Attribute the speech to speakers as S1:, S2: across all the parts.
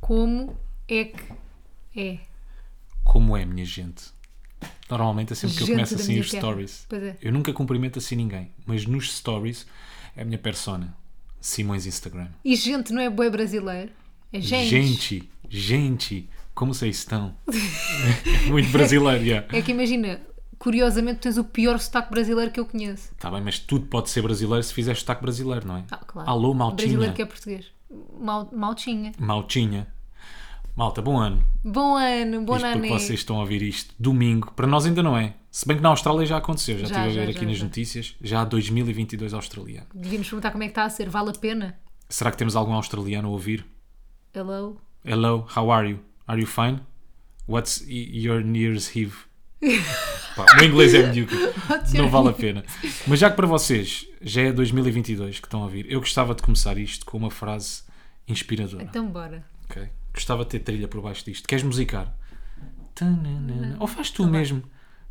S1: Como é que é?
S2: Como é, minha gente? Normalmente é sempre que eu
S1: Gente
S2: começo
S1: da
S2: assim
S1: minha
S2: os
S1: terra.
S2: stories.
S1: Pois é.
S2: Eu nunca cumprimento assim ninguém, mas nos stories é a minha persona. Simões Instagram.
S1: E gente não é boi brasileiro. É gente.
S2: Gente, gente, como vocês estão? é muito brasileiro, já.
S1: É que imagina, curiosamente tens o pior sotaque brasileiro que eu conheço.
S2: Tá bem, mas tudo pode ser brasileiro se fizeres sotaque brasileiro, não é?
S1: Ah, claro.
S2: Alô, Maltinha.
S1: Brasileiro que é português. Mal, maltinha.
S2: Maltinha. Malta, bom ano.
S1: Bom ano, bom
S2: Isto
S1: nané.
S2: porque vocês estão a ouvir isto domingo. Para nós ainda não é. Se bem que na Austrália já aconteceu. Já,
S1: Já,
S2: estive a
S1: já,
S2: ver
S1: já,
S2: aqui nas
S1: já.
S2: notícias. Já há 2022 australiano.
S1: Devíamos perguntar como é que está a ser. Vale a pena?
S2: Será que temos algum australiano a ouvir?
S1: Hello?
S2: Hello, how are you? Are you fine? What's y- your nearest eve? Pá, o meu inglês é medíocre. Não vale a pena. Mas já que para vocês já é 2022 que estão a ouvir, eu gostava de começar isto com uma frase inspiradora.
S1: Então bora.
S2: ok? Gostava de ter trilha por baixo disto. Queres musicar? Tananana. Ou faz tu mesmo.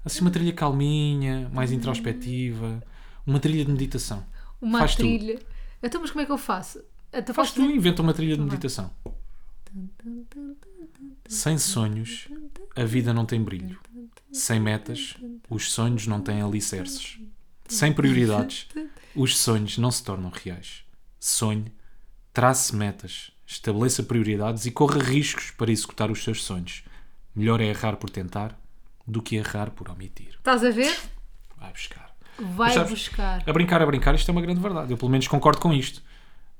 S2: Assim, uma trilha calminha, mais introspectiva. Uma trilha de meditação.
S1: Uma
S2: Faz tu.
S1: trilha. Então, mas como é que eu faço? Então
S2: Faz
S1: faço
S2: tu, inventa uma trilha de meditação. Sem sonhos, a vida não tem brilho. Sem metas, os sonhos não têm alicerces. Sem prioridades, os sonhos não se tornam reais. Sonhe, trace metas, estabeleça prioridades e corra riscos para executar os seus sonhos. Melhor é errar por tentar do que errar por omitir.
S1: Estás a ver?
S2: Vai buscar.
S1: Vai
S2: Mas sabes-
S1: buscar.
S2: A brincar, a brincar, isto é uma grande verdade. Eu, pelo menos, concordo com isto.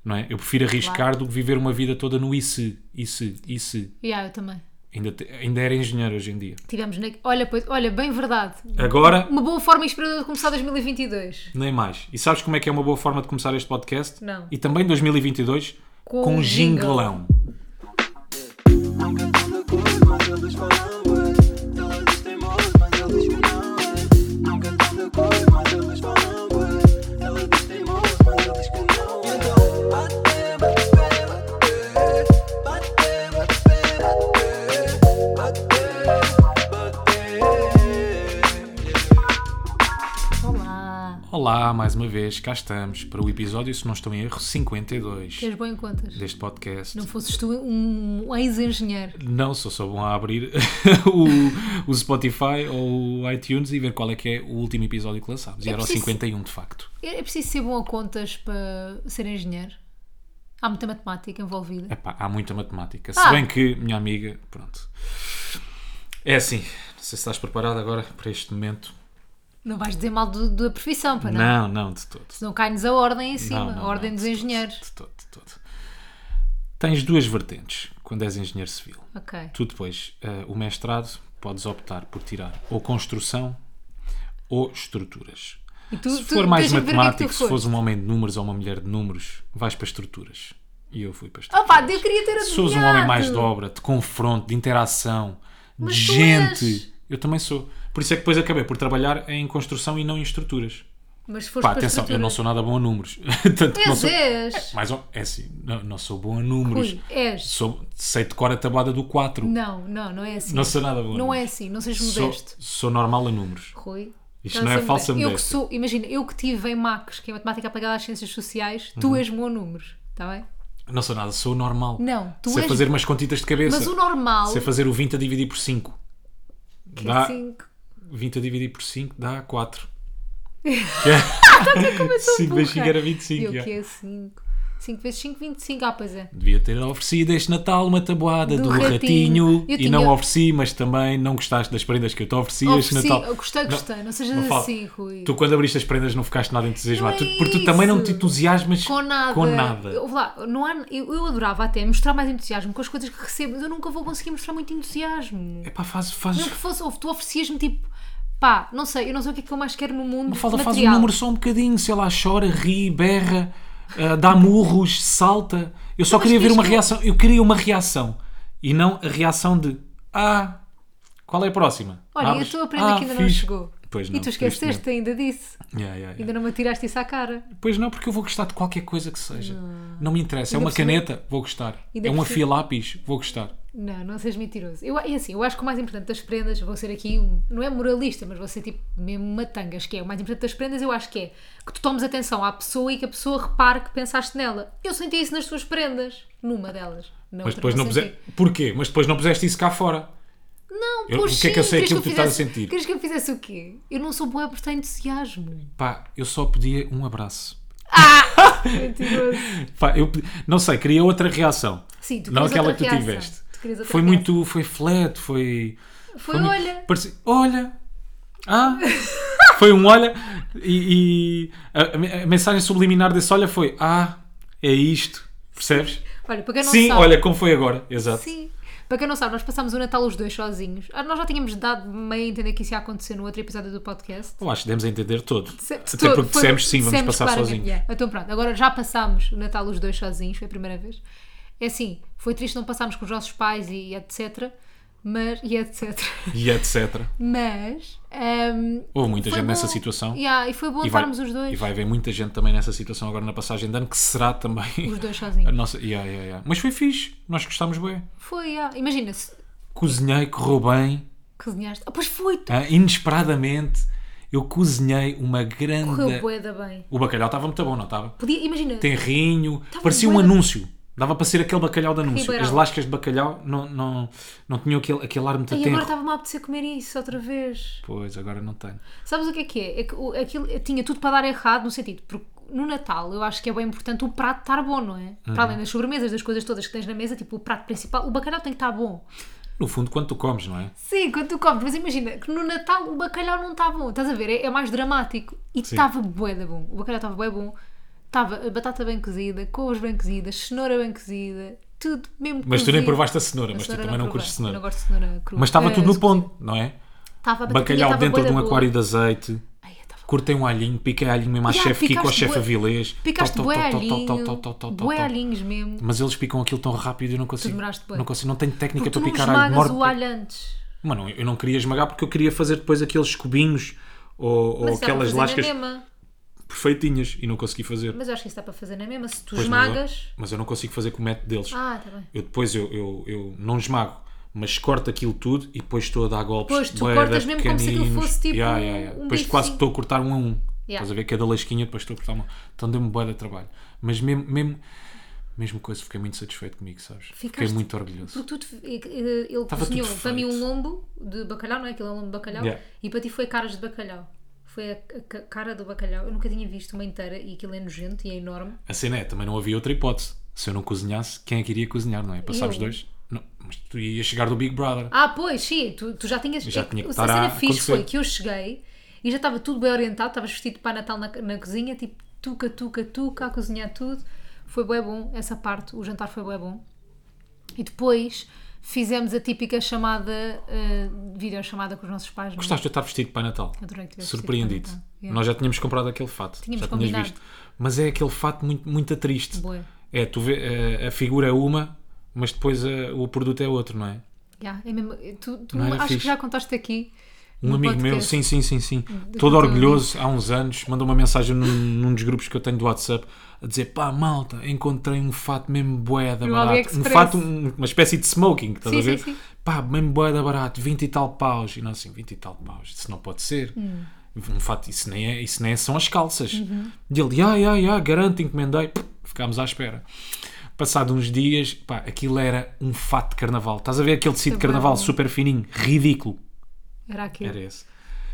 S2: Não é? Eu prefiro arriscar do que viver uma vida toda no e se, e se, e se.
S1: Yeah, eu também.
S2: Ainda, te- ainda era engenheiro hoje em dia.
S1: Tivemos na... Olha, pois, olha, bem verdade.
S2: Agora,
S1: Uma boa forma inspiradora de começar 2022.
S2: nem mais. E sabes como é que é uma boa forma de começar este podcast?
S1: Não.
S2: E também 2022
S1: Com
S2: com, um
S1: jingle.
S2: jinglão.
S3: Nunca tendo cor, mas eles falam ué. Eles têm voz, mas eles que não é. Nunca tendo cor, mas eles falam ué. Eles têm voz, mas eles que não é. Então, bate, bate, bate, bate, bate, bate, bate, bate.
S1: Olá.
S2: Olá, mais uma vez, cá estamos para o episódio, se não estou em erro, 52
S1: Tens bom em contas.
S2: deste podcast.
S1: Não fosses tu um ex-engenheiro.
S2: Não, sou só bom a abrir o, o Spotify ou o iTunes e ver qual é que é o último episódio que lançámos. E
S1: É
S2: era
S1: preciso-
S2: o 51, de facto.
S1: É é preciso ser bom a contas para ser engenheiro? Há muita matemática envolvida.
S2: Epá, há muita matemática.
S1: Ah.
S2: Se bem que, minha amiga, pronto. É assim, não sei se estás preparado agora para este momento.
S1: Não vais dizer mal do- da profissão, para não.
S2: Não, não, de todo.
S1: Senão cai-nos a ordem em
S2: Não,
S1: cima,
S2: não,
S1: a ordem
S2: não,
S1: dos
S2: de todo,
S1: engenheiros.
S2: De todo, de todo. Tens duas vertentes quando és engenheiro civil.
S1: Ok.
S2: Tu depois, eh, o mestrado, podes optar por tirar ou construção ou estruturas.
S1: E tu,
S2: se for mais
S1: deixa-me ver o que é que tu
S2: matemático, se
S1: foste.
S2: fores um homem de números ou uma mulher de números, vais para estruturas. E eu fui para estruturas.
S1: Opa, eu queria ter adivinhado.
S2: Se fores um homem mais de obra, de confronto, de interação,
S1: Mas
S2: de
S1: tu
S2: gente.
S1: és.
S2: Eu também sou. Por isso é que depois acabei por trabalhar em construção e não em estruturas.
S1: Mas se fores
S2: Pá,
S1: para
S2: atenção, eu não
S1: estrutura-
S2: sou nada bom a números. Tanto que não
S1: És,
S2: sou...
S1: és.
S2: Mas ó, é assim, não, não sou bom a números.
S1: Rui, és.
S2: Sou, sei decorar a tabuada do 4. Não,
S1: Não, não, não é assim.
S2: sou nada bom. a
S1: Não é
S2: números.
S1: assim, não sejas
S2: Sou,
S1: modesto.
S2: sou normal a números.
S1: Rui.
S2: Isto
S1: estás
S2: não é
S1: a ser
S2: falsa
S1: modesto. Eu que
S2: modéstia.
S1: sou, imagina, eu que tive em MACs, que é Matemática Aplicada às Ciências Sociais,
S2: Uhum.
S1: tu és bom a números, está bem?
S2: Não sou nada, sou normal.
S1: Não, tu
S2: sei
S1: és-
S2: fazer umas contitas de cabeça.
S1: Mas o normal,
S2: Sei fazer o 20 a dividir por 5.
S1: que é
S2: Dá-
S1: cinco.
S2: 20 a dividir por 5 dá é 4. Está
S1: Então, é começou
S2: 5 vezes 5
S1: burra.
S2: era
S1: E
S2: 25.
S1: eu
S2: já.
S1: que é 5. 5 vezes 5, 25. Ah, pois é.
S2: Devia ter oferecido este Natal uma tabuada do,
S1: Do
S2: ratinho,
S1: ratinho.
S2: e
S1: Eu tinha-
S2: não ofereci, mas também não gostaste das prendas que eu te ofereci este
S1: Ofereci-
S2: Natal.
S1: Oh, eu gostei,
S2: Não,
S1: gostei. Não, sejas
S2: Mafalda,
S1: assim, Rui.
S2: Tu quando abriste as prendas não ficaste nada entusiasmado,
S1: Não
S2: Tu-
S1: é
S2: porque tu também não te
S1: isso.
S2: entusiasmas
S1: Com nada.
S2: com nada.
S1: Eu, ouve lá, não há, eu, eu adorava até mostrar mais entusiasmo com as coisas que recebo, mas eu nunca vou conseguir mostrar muito entusiasmo.
S2: É pá, faz, faz,
S1: Não que fosse, ouve, tu oferecias-me tipo, pá, não sei, eu não sei o que é que eu mais quero no mundo.
S2: Mafalda, faz um
S1: material.
S2: número só um bocadinho, sei lá, chora, ri, berra, ah, dá murros, salta. Eu só
S1: Não, mas um.
S2: queria ver
S1: queres
S2: uma
S1: que eu-
S2: reação, eu queria uma reação e não a reação de ah, qual é a próxima?
S1: Olha,
S2: Abres?
S1: eu estou a aprender
S2: Ah,
S1: que ainda não
S2: fixe.
S1: chegou.
S2: Pois não,
S1: e tu esqueceste ainda disso.
S2: Yeah, yeah, yeah.
S1: Ainda não me tiraste isso à cara.
S2: Pois não, porque eu vou gostar de qualquer coisa que seja. Não, me interessa. É
S1: Ah. Ainda
S2: uma
S1: por cima-
S2: caneta, vou gostar.
S1: Ainda
S2: É um
S1: por cima-
S2: afilápis, vou gostar.
S1: Não, não sejas mentiroso. Eu, é assim, eu acho que o mais importante das prendas, vou ser aqui, um- não é moralista, mas vou ser tipo mesmo matangas, que é o mais importante das prendas, eu acho que é que tu tomes atenção à pessoa e que a pessoa repare que pensaste nela. Eu senti isso nas tuas prendas, numa delas. na outra
S2: Mas depois não
S1: sei o
S2: puseste.
S1: quê.
S2: Porquê? Mas depois não puseste isso cá fora.
S1: Não,
S2: Eu-
S1: pois
S2: o que é que eu
S1: sim,
S2: sei
S1: queres
S2: aquilo
S1: eu
S2: que tu estás a
S1: fizesse-
S2: sentir?
S1: Queres que eu fizesse o quê? Eu não sou boa por ter entusiasmo.
S2: Pá, eu só pedia um abraço.
S1: Mentiroso.
S2: Pá, eu pedi- não sei, queria outra reação.
S1: Sim, tu
S2: não
S1: querias
S2: aquela
S1: outra
S2: que tu
S1: reação.
S2: tiveste.
S1: Tu querias outra
S2: foi
S1: reação.
S2: muito, foi flat, foi.
S1: Foi, um
S2: muito-
S1: olha.
S2: parecia- olha. Ah! foi um olha e, e a- a, me- a mensagem subliminar desse olha foi: Ah, é isto. Percebes?
S1: Olha, para quem não
S2: Sim,
S1: sabe.
S2: olha como foi agora. Exato.
S1: Sim. Para quem não sabe, nós passámos o Natal os dois sozinhos. Ah, Nós já tínhamos dado meio a entender que isso ia acontecer no outro episódio do podcast.
S2: Eu acho que demos a entender todo.
S1: Se-
S2: Até
S1: todo-
S2: porque
S1: foi-
S2: Tipo, dissemos sim, vamos
S1: dissemos
S2: passar
S1: claramente,
S2: sozinhos.
S1: yeah. Então pronto, agora já passámos o Natal os dois sozinhos, foi a primeira vez. É assim, foi triste não passarmos com os nossos pais e etc. Mas, e etc.
S2: E etc.
S1: Mas. ahm,
S2: Houve muita
S1: foi
S2: gente nessa
S1: bom.
S2: situação.
S1: Yeah, e foi bom
S2: E vai-
S1: estarmos os
S2: E
S1: dois.
S2: vai haver muita gente também nessa situação agora na passagem de ano, que será também.
S1: Os dois
S2: A
S1: sozinhos.
S2: nossa... yeah, yeah, yeah. Mas foi fixe, nós gostámos bem.
S1: Foi, yeah. imagina-se.
S2: Cozinhei, correu bem.
S1: Cozinhaste. Ah, pois foi, tu
S2: Ah, inesperadamente, eu cozinhei uma
S1: correu
S2: grande.
S1: bué da bem.
S2: O bacalhau estava muito bom, não estava?
S1: Podia, imagina.
S2: Tenrinho, parecia um
S1: bué da-
S2: anúncio. Dava para ser aquele bacalhau de anúncio.
S1: Ribeirão.
S2: As lascas de bacalhau não, não, não tinham aquele, aquele ar muito
S1: E agora tá-
S2: tenro.
S1: estava-me a apetecer comer isso outra vez.
S2: Pois, agora não tenho.
S1: Sabes o que é que é? É que o- aquilo tinha tudo para dar errado, no sentido, porque no Natal eu acho que é bem importante o prato estar bom, não é? Para
S2: Uhum.
S1: além das sobremesas, das coisas todas que tens na mesa, tipo o prato principal, o bacalhau tem que estar bom.
S2: No fundo, quando tu comes, não é?
S1: Sim, quando tu comes, mas imagina que no Natal o bacalhau não está bom, estás a ver? É, é mais dramático. E
S2: Sim.
S1: estava bué da bom. O bacalhau estava bué bom. Estava a batata bem cozida, couves bem cozidas, cenoura bem cozida, tudo mesmo
S2: Mas tu nem
S1: cozido.
S2: provaste a cenoura,
S1: A
S2: mas tu
S1: cenoura
S2: também não,
S1: provei.
S2: curtes
S1: Eu não
S2: cenoura.
S1: gosto de cenoura crua.
S2: Mas estava
S1: Eh,
S2: tudo no
S1: se-
S2: ponto, não é?
S1: Estava a batatinha,
S2: Bacalhau
S1: estava
S2: dentro
S1: bué
S2: de um
S1: da boa.
S2: aquário de azeite.
S1: Ai, eu estava
S2: Cortei um alhinho, piquei alhinho mesmo à
S1: Yeah,
S2: chefe Kiko, ao
S1: picaste
S2: chefe
S1: bué-
S2: Avilés.
S1: Picaste
S2: Tó, tó,
S1: bué
S2: tó, tó, tó, tó,
S1: alhinho,
S2: tó, tó, tó,
S1: bué
S2: tó.
S1: alhinhos mesmo.
S2: Mas eles picam aquilo tão rápido e eu não consigo.
S1: demoraste bué.
S2: Não consigo, não tenho técnica
S1: Porque tu não
S2: para picar alho.
S1: esmagas
S2: Morde...
S1: o alho antes.
S2: Mano, eu não queria esmagar porque eu queria fazer depois aqueles cubinhos ou, ou
S1: Mas isso dá para
S2: aquelas
S1: fazer
S2: lascas
S1: na mesma.
S2: perfeitinhas e não consegui fazer.
S1: Mas eu acho que isso dá para fazer na mesma. Se tu
S2: Pois não dá.
S1: esmagas...
S2: Mas eu não consigo fazer com o método deles.
S1: Ah, está bem.
S2: Eu depois eu, eu, eu não esmago, mas corto aquilo tudo e depois estou a dar golpes.
S1: Pois, tu
S2: bué
S1: cortas
S2: de
S1: mesmo como se aquilo
S2: pequeninos.
S1: fosse, tipo,
S2: Yeah, yeah, yeah.
S1: um
S2: Depois
S1: bife
S2: quase
S1: assim.
S2: estou a cortar um a um.
S1: Yeah.
S2: Estás a ver cada lasquinha, depois estou a cortar uma. Então deu-me boa de trabalho. Mas mesmo, mesmo, mesmo coisa, fiquei muito satisfeito comigo, sabes? Fiquei
S1: Ficaste-
S2: muito orgulhoso.
S1: Porque tu te- eh, eh, ele
S2: Estava
S1: cozinhou
S2: tudo
S1: para mim um
S2: feito.
S1: lombo de bacalhau, não é? Aquilo é um lombo de bacalhau.
S2: Yeah.
S1: E para ti foi caras de bacalhau. Foi a a ca- cara do bacalhau. Eu nunca tinha visto uma inteira e aquilo é nojento e é enorme.
S2: A cena é, também não havia outra hipótese. Se eu não cozinhasse, quem é que iria cozinhar, não é? Passámos
S1: Eu.
S2: dois? Não, mas tu ias chegar do Big Brother.
S1: Ah, pois, sim, tu, tu já tinhas. é
S2: Já tinha que
S1: a
S2: estar
S1: cena
S2: a
S1: fixe
S2: acontecer.
S1: foi que eu cheguei e já estava tudo bem orientado, estavas vestido para Natal na, na cozinha, tipo tuca, tuca, tuca, a cozinhar tudo. Foi bem bom essa parte, o jantar foi bem bom. E depois fizemos a típica chamada, uh, videochamada com os nossos pais. não é?
S2: Gostaste de eu estar vestido para Natal?
S1: Adorei que tivesse vestido
S2: Surpreendido.
S1: para Natal. Yeah.
S2: Nós já tínhamos comprado aquele fato.
S1: Tínhamos
S2: já tinhas
S1: combinado.
S2: visto. Mas é aquele fato muito, muito triste.
S1: Bué.
S2: É, tu vê, eh, a, figura é uma, mas depois eh, o produto é outro, não é?
S1: Yeah, é mesmo- tu tu
S2: Não era
S1: acho
S2: fixe.
S1: que já contaste aqui.
S2: Um
S1: no
S2: amigo meu,
S1: podcast. Uhum.
S2: sim, sim, sim, sim. Todo
S1: teu
S2: orgulhoso, há uns anos, mandou uma mensagem num, num dos grupos que eu tenho do WhatsApp a dizer: pá, malta, encontrei um fato mesmo boeda
S1: No
S2: barato. Um
S1: AliExpress.
S2: fato, um- uma espécie de smoking, estás
S1: Sim,
S2: a ver?
S1: sim, sim.
S2: Pá, mesmo boeda barato, 20 e tal paus. E não assim, 20 e tal paus, isso não pode ser.
S1: Hum.
S2: Um fato, isso nem, é, isso nem são as calças.
S1: Uhum.
S2: E ele: ai, ai, ai, garanto, encomendei. Pff, Ficámos à espera. Passado uns dias, pá, aquilo era um fato de carnaval. Estás a ver aquele tecido de
S1: bué
S2: carnaval
S1: é bom.
S2: super fininho, ridículo.
S1: Era aquilo.
S2: Era esse.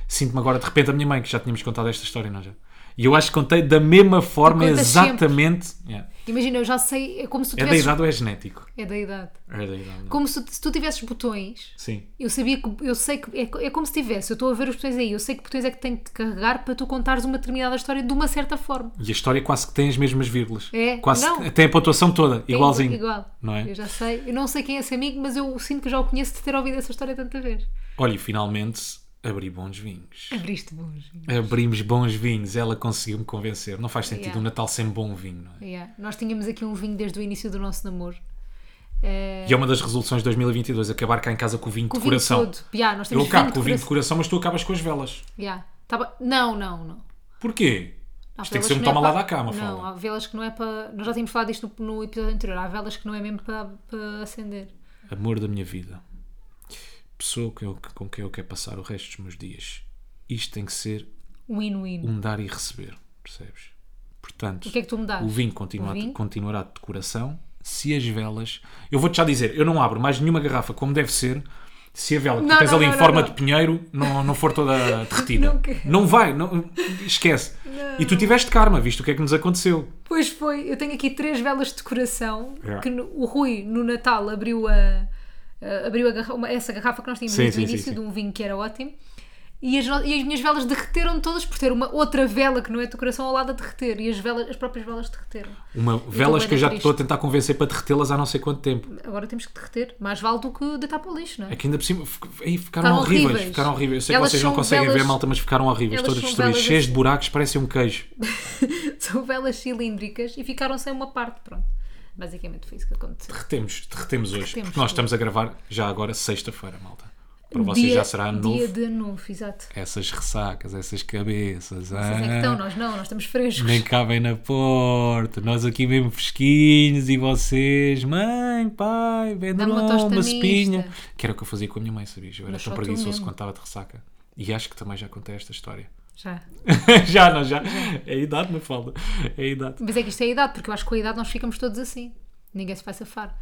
S2: Sinto-me agora de repente a minha mãe, que já tínhamos contado esta história, não é, já? E eu acho que contei da mesma forma,
S1: contas
S2: exatamente. Yeah.
S1: Imagina, eu já sei, é como se tu
S2: É da
S1: tivesses.
S2: idade ou é genético?
S1: É da idade.
S2: É da idade. não.
S1: Como se, tu- se tu tivesses botões.
S2: Sim.
S1: Eu sabia que, eu sei que, é, co- é como se tivesse, eu estou a ver os botões aí, eu sei que botões é que tenho que carregar para tu contares uma determinada história de uma certa forma.
S2: E a história quase que tem as mesmas vírgulas.
S1: É,
S2: Quase
S1: não.
S2: que tem a pontuação toda,
S1: É
S2: igualzinho.
S1: Igual.
S2: Não é?
S1: Eu já sei. Eu não sei quem é esse amigo, mas eu sinto que já o conheço de ter ouvido essa história tanta vez.
S2: Olha, e finalmente abri bons vinhos.
S1: Abriste bons.
S2: Abrimos bons vinhos, ela conseguiu-me convencer. Não faz sentido
S1: Yeah.
S2: um Natal sem bom vinho, não é?
S1: Yeah. Nós tínhamos aqui um vinho desde o início do nosso namoro. Eh,
S2: E é uma das resoluções de 2022, acabar cá em casa com o vinho
S1: com o
S2: de
S1: vinho
S2: coração.
S1: todo. Yeah, nós
S2: Eu
S1: temos
S2: acabo
S1: vinho
S2: com o
S1: de
S2: vinho de
S1: coração.
S2: coração, mas tu acabas com as velas.
S1: Yeah. Tá ba- Não, não, não.
S2: Porquê?
S1: Há
S2: Isto tem
S1: velas
S2: que ser um
S1: não é
S2: toma lá
S1: pa-
S2: da cama,
S1: Não,
S2: fala.
S1: há velas que não é para. Nós já tínhamos falado disto no, no episódio anterior. Há velas que não é mesmo para, para acender.
S2: Amor da minha vida. Pessoa que eu- com quem eu quero passar o resto dos meus dias. Isto tem que ser
S1: Um win-win.
S2: um dar e receber, percebes? Portanto,
S1: O que é que tu me dás?
S2: o vinho, continua
S1: O vinho?
S2: continuará de coração se as velas. Eu vou-te já dizer, eu não abro mais nenhuma garrafa como deve ser. Se a vela que
S1: Não,
S2: tu tens
S1: não,
S2: ali
S1: não,
S2: em
S1: não,
S2: forma
S1: não.
S2: de pinheiro não, não for toda derretida.
S1: Não
S2: Não,
S1: quero.
S2: vai, não, esquece. E tu tiveste karma, visto o que é que nos aconteceu.
S1: Pois foi, eu tenho aqui três velas de decoração
S2: Yeah.
S1: que no- o Rui no Natal abriu a, a- abriu a garra- uma- essa garrafa que nós tínhamos
S2: Sim,
S1: desde
S2: sim,
S1: no
S2: sim,
S1: início de
S2: sim.
S1: um vinho que era ótimo e as, no- e as minhas velas derreteram todas por ter uma outra vela que não é decoração ao lado a derreter e as velas as próprias velas derreteram.
S2: Uma velas
S1: bué
S2: que eu
S1: da
S2: já te
S1: triste.
S2: estou a tentar convencer para derretê-las há não sei quanto tempo.
S1: Agora temos que derreter, mais vale do que deitar para o lixo, não é?
S2: É que ainda por cima f- aí ficaram,
S1: Ficaram
S2: horríveis.
S1: horríveis.
S2: Ficaram horríveis. Eu sei
S1: Elas
S2: que vocês não
S1: são
S2: conseguem
S1: velas-
S2: ver malta, mas ficaram horríveis,
S1: elas
S2: todas
S1: são
S2: destruídas,
S1: velas
S2: cheias
S1: assim.
S2: de buracos, parecem um queijo.
S1: São velas cilíndricas e ficaram sem uma parte, pronto. Basicamente foi isso que aconteceu.
S2: Derretemos, derretemos hoje.
S1: Derretemos
S2: porque nós
S1: tudo.
S2: estamos a gravar já agora sexta-feira, malta. Para vocês
S1: Dia-
S2: já será ano novo.
S1: Dia de ano novo, exato.
S2: Essas ressacas, essas cabeças.
S1: Vocês é que
S2: ah,
S1: estão, nós não, nós estamos frescos.
S2: nem cabem na porta. Nós aqui mesmo fresquinhos e vocês, mãe, pai,
S1: Dá-me
S2: vendram
S1: uma
S2: uma,
S1: tosta
S2: espinha.
S1: mista.
S2: Que era o que eu fazia com a minha mãe, sabias? Eu era
S1: Mas
S2: tão
S1: só tu
S2: preguiçoso
S1: mesmo.
S2: quando estava de ressaca. E acho que também já contei esta história.
S1: Já.
S2: já, não, já. É a idade, me fala. É a idade.
S1: Mas é que isto é a idade, porque eu acho que com a idade nós ficamos todos assim. Ninguém se vai safar.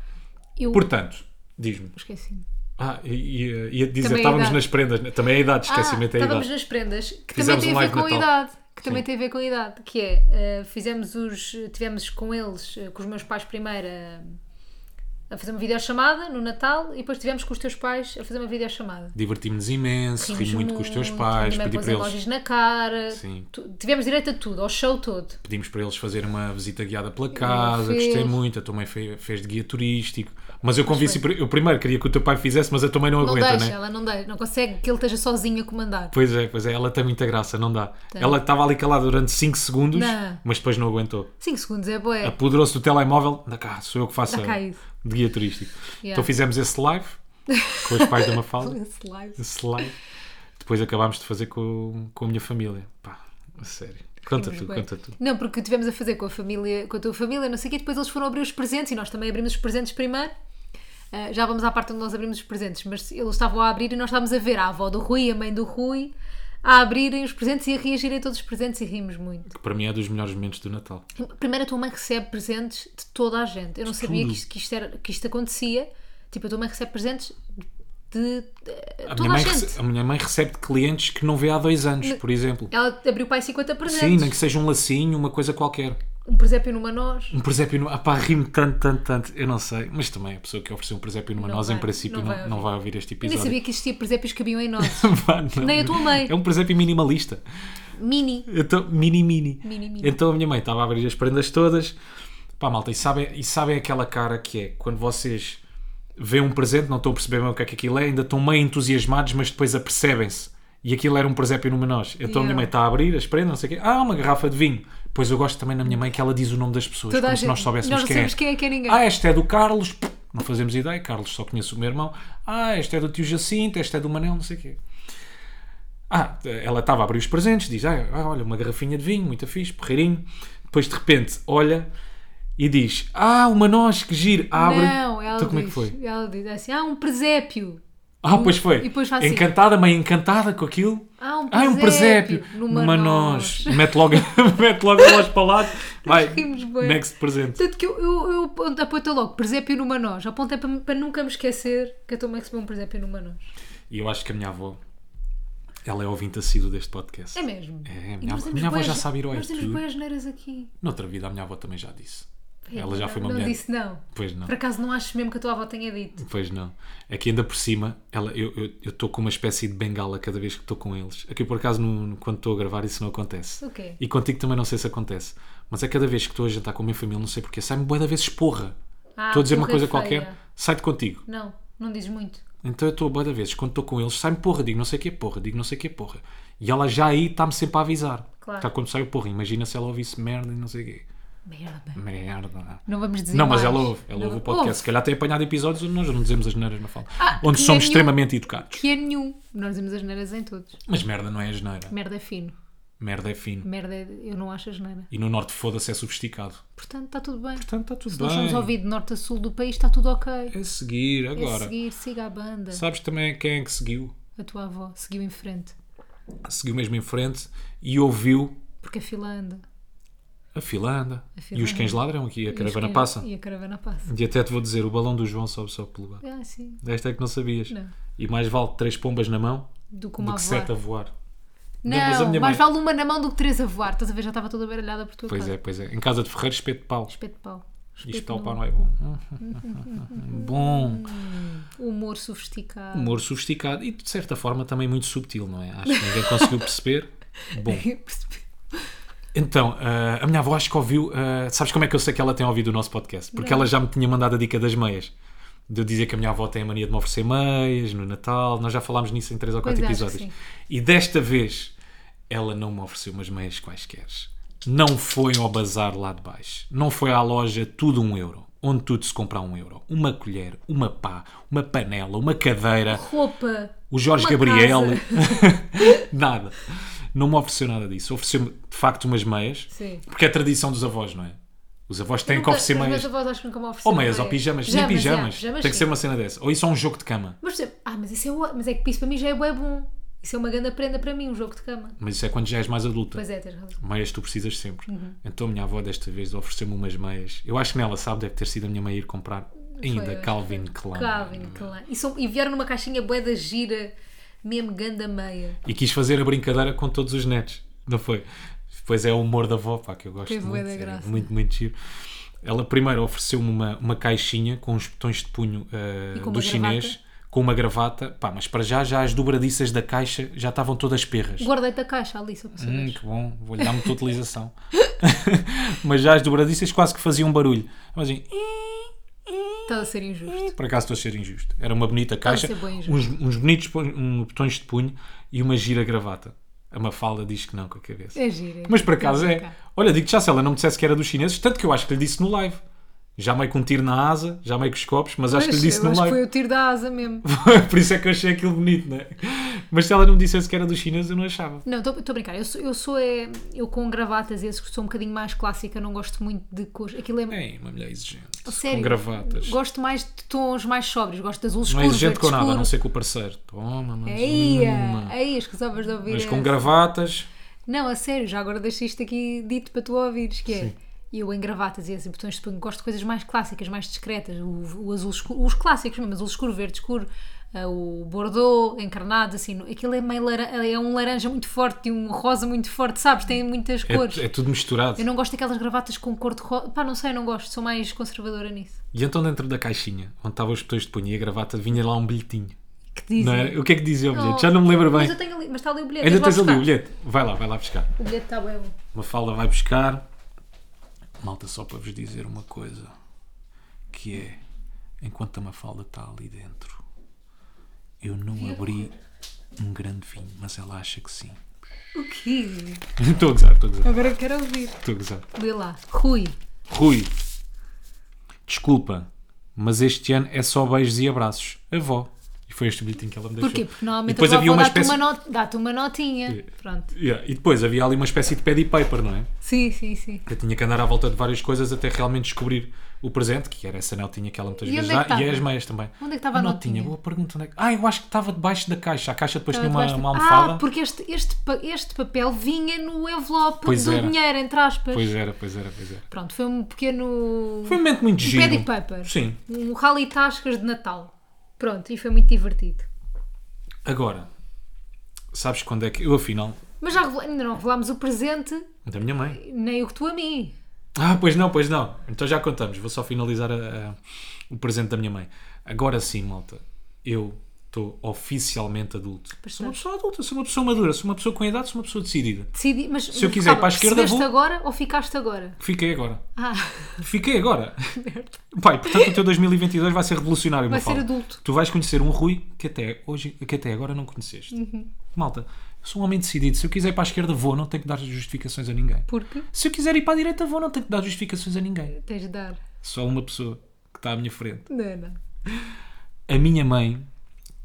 S1: Eu
S2: Portanto, diz-me.
S1: esqueci.
S2: Ah, ia, ia dizer,
S1: Também é
S2: estávamos
S1: idade.
S2: nas prendas, né? também é a idade,
S1: Ah,
S2: esquecimento é a
S1: estávamos
S2: idade.
S1: nas prendas, que também
S2: Fizemos
S1: tem
S2: um
S1: a ver
S2: live
S1: com a
S2: Natal.
S1: idade. Que também
S2: Sim.
S1: tem a ver com a idade, que é, eh, fizemos os, tivemos com eles, eh, com os meus pais primeiro, eh, a, a fazer uma videochamada no Natal e depois tivemos com os teus pais a fazer uma videochamada.
S2: Divertimos-nos imenso, ri muito com os teus pais,
S1: também
S2: pedi
S1: pôs
S2: para eles.
S1: emojis na cara,
S2: Sim.
S1: tu- tivemos direito a tudo, ao show todo.
S2: Pedimos para eles fazerem uma visita guiada pela casa,
S1: fez.
S2: gostei muito, a tua mãe fe- fez, de guia turístico. Mas eu convenci, eu primeiro queria que o teu pai fizesse, mas a tua mãe não,
S1: Não
S2: aguenta,
S1: deixa,
S2: né?
S1: ela não deixa, não consegue que ele esteja sozinho a comandar.
S2: Pois é, pois é, ela tem muita graça, não dá. Ela estava ali calada durante 5 segundos,
S1: Não.
S2: mas depois não aguentou.
S1: 5 segundos é boé.
S2: Apoderou-se do telemóvel, da cá, sou eu que faço
S1: Dá
S2: a-
S1: cá isso.
S2: de guia turístico.
S1: Yeah.
S2: Então fizemos esse live com os pais da Mafalda.
S1: Esse live.
S2: esse live. Depois acabámos de fazer com, com a minha família. Pá, a sério. Conta
S1: Rimos
S2: tu,
S1: bué.
S2: conta tu.
S1: Não, porque tivemos a fazer com a família, com a tua família, não sei o quê, depois eles foram abrir os presentes e nós também abrimos os presentes primeiro. Ah, já vamos à parte onde nós abrimos os presentes, mas eles estavam a abrir e nós estávamos a ver a avó do Rui, a mãe do Rui, a abrirem os presentes e a reagirem a todos os presentes e rimos muito.
S2: Que para mim é dos melhores momentos do Natal.
S1: Primeiro a tua mãe recebe presentes de toda a gente. Eu não sabia que
S2: tudo.
S1: isto, que isto era- que isto acontecia. Tipo, a tua mãe recebe presentes de, de-
S2: A minha,
S1: toda a
S2: mãe
S1: gente.
S2: rece- a minha mãe recebe de clientes que não vê há dois anos, por exemplo.
S1: Ela abriu para aí 50 presentes.
S2: Sim, nem que seja um lacinho, uma coisa qualquer.
S1: Um presépio numa noz.
S2: Um presépio no. Ah, pá, rimo tanto, tanto, tanto. Eu não sei, mas também a pessoa que ofereceu um presépio numa
S1: Não
S2: nós, em
S1: vai,
S2: princípio,
S1: não
S2: não,
S1: vai ouvir.
S2: não vai ouvir este
S1: Eu nem
S2: episódio.
S1: sabia que existia presépios que haviam em nós.
S2: Vá, não.
S1: Nem a tua mãe.
S2: É um presépio minimalista.
S1: Mini.
S2: Então, mini, mini.
S1: Mini, mini.
S2: Então a minha mãe estava a abrir as prendas todas. Pá, malta, e sabem, e sabem aquela cara que é quando vocês veem um presente, não estão a perceber bem o que é que aquilo é, ainda estão meio entusiasmados, mas depois apercebem-se. E aquilo era um presépio no nós. Então a
S1: Yeah.
S2: minha mãe está a abrir as prendas, não sei o quê. Ah, uma garrafa de vinho. Pois eu gosto também na minha mãe que ela diz o nome das pessoas,
S1: Toda a
S2: como se
S1: gente-
S2: nós soubéssemos
S1: nós não
S2: quem, é.
S1: sabemos quem é que é ninguém.
S2: Ah, esta é do Carlos. Não fazemos ideia, Carlos só conheço o meu irmão. Ah, esta é do tio Jacinto, esta é do Manel, não sei o quê. Ah, ela estava a abrir os presentes, diz: ah, ah, olha, uma garrafinha de vinho, muito fixe, porreirinho. Depois de repente olha e diz: Ah, uma noz que giro, abre.
S1: Não, ela
S2: então como é
S1: diz,
S2: que foi?
S1: Ela diz assim, ah, um presépio.
S2: Ah, pois foi.
S1: E depois faz assim.
S2: encantada, meio encantada com aquilo.
S1: Ah, um
S2: um
S1: presépio,
S2: presépio.
S1: numa
S2: Numa
S1: noz.
S2: noz. Mete logo, mete logo a noz para lá. Vai,
S1: rimos bué.
S2: next presente.
S1: Tanto que eu, eu, eu aponto- apontei logo, presépio numa noz. Apontei para, para nunca me esquecer que a tua mãe recebeu um presépio numa noz.
S2: E eu acho que a minha avó, ela é ouvinte assídua deste podcast.
S1: É mesmo.
S2: É, a
S1: E
S2: minha,
S1: nós
S2: avó-
S1: temos
S2: minha avó
S1: bué-
S2: já sabe herói.
S1: Nós temos boas neiras aqui.
S2: Noutra vida, a minha avó também já disse.
S1: Ei,
S2: Ela já foi uma
S1: não,
S2: mulher.
S1: Não disse não.
S2: Pois não.
S1: Por acaso não acho mesmo que a tua avó tenha dito.
S2: Pois não. É que ainda por cima, ela, eu estou eu, tô com uma espécie de bengala cada vez que estou com eles. Aqui por acaso, no- no- quando estou a gravar, isso não acontece.
S1: O quê?
S2: E contigo também não sei se acontece. Mas é cada vez que estou a jantar com a minha família, não sei porquê, sai-me boa da vez porra.
S1: Ah,
S2: Estou a dizer uma
S1: porra
S2: coisa
S1: feia.
S2: qualquer, sai-te contigo.
S1: Não, não dizes muito.
S2: Então eu estou boa da vezes, quando estou com eles, sai-me porra, digo não sei o que é porra, digo não sei o que é porra. E ela já aí está-me sempre a avisar.
S1: Claro.
S2: Está quando sai o porra, imagina se ela ouvisse merda e não sei o quê.
S1: Merda.
S2: Merda.
S1: Não vamos dizer
S2: Não, mas
S1: mais.
S2: ela ouve, ela
S1: Não-
S2: ouve o podcast. Se calhar tem apanhado episódios onde nós não dizemos as neiras na fala.
S1: Ah,
S2: onde
S1: que
S2: somos
S1: nenhum-
S2: extremamente educados.
S1: Que é nenhum. Nós dizemos as neiras em todos.
S2: Mas merda não é asneira.
S1: Merda é fino.
S2: Merda é fino.
S1: Merda é... Eu não acho as neiras.
S2: E no norte foda-se é sofisticado.
S1: Portanto, está tudo bem.
S2: Portanto, está tudo
S1: Se
S2: bem.
S1: nós somos ouvidos de norte a sul do país, está tudo ok.
S2: É seguir
S1: É
S2: agora.
S1: seguir, siga a banda.
S2: Sabes também quem é que seguiu?
S1: A tua avó seguiu em frente.
S2: Seguiu mesmo em frente e ouviu
S1: Porque a fila anda.
S2: a A fila anda.
S1: A fila
S2: e os
S1: anda.
S2: cães ladram aqui,
S1: E
S2: a
S1: os
S2: caravana
S1: cães-
S2: passa.
S1: E a caravana passa.
S2: E até te vou dizer, o balão do João sobe só pelo ar.
S1: Ah, sim.
S2: Esta é que não sabias.
S1: Não.
S2: E mais vale três pombas na mão
S1: Do que uma
S2: do
S1: a
S2: que
S1: voar.
S2: sete a voar.
S1: Não,
S2: mas a minha
S1: mais
S2: mãe-
S1: vale uma na mão do que três a voar. Estás a ver, já estava toda baralhada por tua
S2: Pois
S1: casa.
S2: é, pois é. Em casa de Ferreiro, espeto de pau.
S1: Espeto de pau.
S2: E espeto de
S1: no-
S2: pau não é bom. bom.
S1: Humor sofisticado.
S2: Humor sofisticado e, de certa forma, também muito subtil, não é? Acho que ninguém conseguiu perceber. Bom.
S1: Percebi.
S2: Então, ah, a minha avó acho que ouviu. ah, sabes como é que eu sei que ela tem ouvido o nosso podcast? Porque ela já me tinha mandado a dica das meias. De eu dizer que a minha avó tem a mania de me oferecer meias no Natal. Nós já falámos nisso em três ou
S1: Pois,
S2: quatro
S1: acho que
S2: episódios. E desta vez, ela não me ofereceu umas meias quaisquer. Não foi ao bazar lá de baixo. Não foi à loja tudo um euro. Onde tudo se compra a um euro. Uma colher, uma pá, uma panela, uma cadeira.
S1: Roupa.
S2: O Jorge
S1: Uma
S2: Gabriel.
S1: casa.
S2: nada. Não me ofereceu nada disso. Ofereceu-me, de facto, umas meias.
S1: Sim.
S2: Porque é a tradição dos avós, não é? Os avós têm que
S1: Nunca-
S2: oferecer
S1: os meus
S2: meias.
S1: avós acho que é nunca me ofereceram
S2: Ou meias, ou
S1: meia.
S2: pijamas.
S1: Jamas,
S2: Nem pijamas.
S1: já, jamas
S2: Tem
S1: sim.
S2: que ser uma cena dessa. Ou isso é um jogo de cama.
S1: Mas, por exemplo, ah, mas isso é, o- mas é que isso para mim já é bué bom. Isso é uma grande prenda para mim, um jogo de cama.
S2: Mas isso é quando já és mais adulta.
S1: Pois é, Uhum. tens razão.
S2: Meias tu precisas sempre. Então a minha avó desta vez ofereceu-me umas meias. Eu acho que nela sabe, deve ter sido a minha mãe ir comprar ainda
S1: Foi, eu acho
S2: Calvin
S1: que foi.
S2: Klein.
S1: Calvin Klein. E, são, e vieram numa caixinha bué da gira, mesmo ganda meia.
S2: E quis fazer a brincadeira com todos os netos, não foi? Pois é o humor da avó, pá, que eu gosto
S1: Tem bué
S2: muito,
S1: da
S2: é
S1: graça.
S2: muito, muito giro. Ela primeiro ofereceu-me uma, uma caixinha com os botões de punho eh,
S1: E com uma
S2: do chinês, com uma gravata, pá, mas para já, já as dobradiças da caixa já estavam todas perras.
S1: Guardei-te a caixa ali, só para
S2: Hum,
S1: saberes.
S2: que bom, vou-lhe dar muita utilização. mas já as dobradiças quase que faziam barulho. Mas assim,
S1: Estás a ser injusto.
S2: por acaso estou a ser injusto. Era uma bonita caixa,
S1: a ser bem injusto.
S2: uns, uns bonitos pon- um, botões de punho e uma gira gravata. A Mafalda diz que não com a cabeça.
S1: É gira.
S2: Mas por acaso
S1: Estás a
S2: é.
S1: brincar.
S2: Olha, digo-te já se ela não me dissesse que era dos chineses, tanto que eu acho que lhe disse no live. Já meio com um tiro na asa, já meio com os copos, mas acho que lhe
S1: Pois,
S2: disse
S1: eu
S2: no
S1: acho que foi
S2: live.
S1: o tiro da asa mesmo.
S2: por isso é que eu achei aquilo bonito, não é? Mas se ela não me dissesse que era dos chineses, eu não achava.
S1: Não, estou a brincar. Eu sou, eu sou é, eu com gravatas, eu sou um bocadinho mais clássica, não gosto muito de cores. Aquilo é.
S2: É, uma mulher exigente.
S1: sério?
S2: Com gravatas.
S1: Gosto mais de tons mais sóbrios, gosto de azul
S2: não
S1: escuro.
S2: é exigente
S1: verde
S2: com nada, a
S1: escuro.
S2: não ser com o parceiro. Toma, mas
S1: Aí, é,
S2: uma.
S1: aí, escusavas de ouvir. é
S2: Mas com
S1: essa.
S2: gravatas.
S1: Não, a sério, já agora deixo isto aqui dito para tu ouvires, que é. Eu em gravatas e assim, botões de punho, gosto de coisas mais clássicas, mais discretas. O, o azul escuro, os clássicos mesmo, azul escuro, verde escuro, ah, o bordeaux, encarnado, assim. no- Aquilo é meio laran- é um laranja muito forte e um rosa muito forte, sabes? Tem muitas cores.
S2: É, é tudo misturado.
S1: Eu não gosto daquelas gravatas com cor de rosa. Pá, não sei, não gosto, sou mais conservadora nisso.
S2: E então dentro da caixinha, onde estavam os botões de punho e a gravata, vinha lá um bilhetinho.
S1: Que dizem.
S2: Não era? O que é que dizia o
S1: Oh,
S2: bilhete? Já não me lembro bem.
S1: Mas, eu tenho ali, mas está ali o bilhete.
S2: Ainda
S1: vais
S2: tens ali
S1: buscar.
S2: o bilhete. Vai lá, vai lá buscar.
S1: O bilhete está bem bom.
S2: Uma fala vai buscar. Malta, só para vos dizer uma coisa. Que é, enquanto a Mafalda está ali dentro, eu não abri um grande vinho, mas ela acha que sim.
S1: O quê?
S2: Estou a gozar, estou a gozar,
S1: Agora quero ouvir.
S2: estou a gozar.
S1: Lê lá. Rui.
S2: Rui, desculpa, mas este ano é só beijos e abraços. Avó. E foi este bilhetinho que ela me deixou.
S1: Porquê? Porque normalmente
S2: é. E depois
S1: a
S2: havia
S1: avó
S2: uma
S1: dá-te
S2: espécie...
S1: uma, not- dá-te uma notinha. Pronto.
S2: Yeah, E depois havia ali uma espécie de pad e paper, não é?
S1: Sim, sim, sim.
S2: Eu tinha que andar à volta de várias coisas até realmente descobrir o presente, que era essa notinha que ela muitas
S1: E
S2: vezes
S1: onde é
S2: dá,
S1: que
S2: e
S1: estava?
S2: as meias também. Ah,
S1: Onde é que estava a notinha?
S2: Boa pergunta. Onde é que... Ah, eu acho que estava debaixo da caixa. A caixa depois
S1: Estava
S2: tinha uma,
S1: debaixo
S2: uma
S1: da-
S2: almofada.
S1: Ah, porque este, este, pa- este papel vinha no envelope
S2: Pois
S1: do
S2: era.
S1: dinheiro, entre aspas.
S2: Pois era, pois era, pois era.
S1: Pronto, foi um pequeno.
S2: Foi um momento muito
S1: um
S2: giro.
S1: pad e paper.
S2: Sim.
S1: Um rally tascas de Natal. Pronto, e foi muito divertido.
S2: Agora, sabes quando é que... Eu, afinal,
S1: Mas já revela- ainda não revelámos o presente,
S2: da minha mãe.
S1: nem o que tu a mim.
S2: Ah, pois não, pois não. Então já contamos. Vou só finalizar a- a- o presente da minha mãe. Agora sim, malta. Eu estou oficialmente adulto. Sou uma pessoa adulta, sou uma pessoa madura, sou uma pessoa com idade, sou uma pessoa decidida.
S1: Decidi, mas
S2: Se eu quiser ir para a esquerda,
S1: percebeste
S2: vou.
S1: agora ou ficaste agora?
S2: Fiquei agora.
S1: Ah,
S2: Fiquei agora. Pai, portanto o teu 2022 vai ser revolucionário,
S1: vai
S2: Mafalda.
S1: ser adulto.
S2: Tu vais conhecer um Rui que até, hoje, que até agora não conheceste.
S1: Uhum.
S2: Malta, eu sou um homem decidido. Se eu quiser ir para a esquerda, vou. Não tenho que dar justificações a ninguém.
S1: Porque
S2: Se eu quiser ir para a direita, vou. Não tenho que dar justificações a ninguém.
S1: tens de dar.
S2: Só uma pessoa que está à minha frente.
S1: Não, não.
S2: a minha mãe,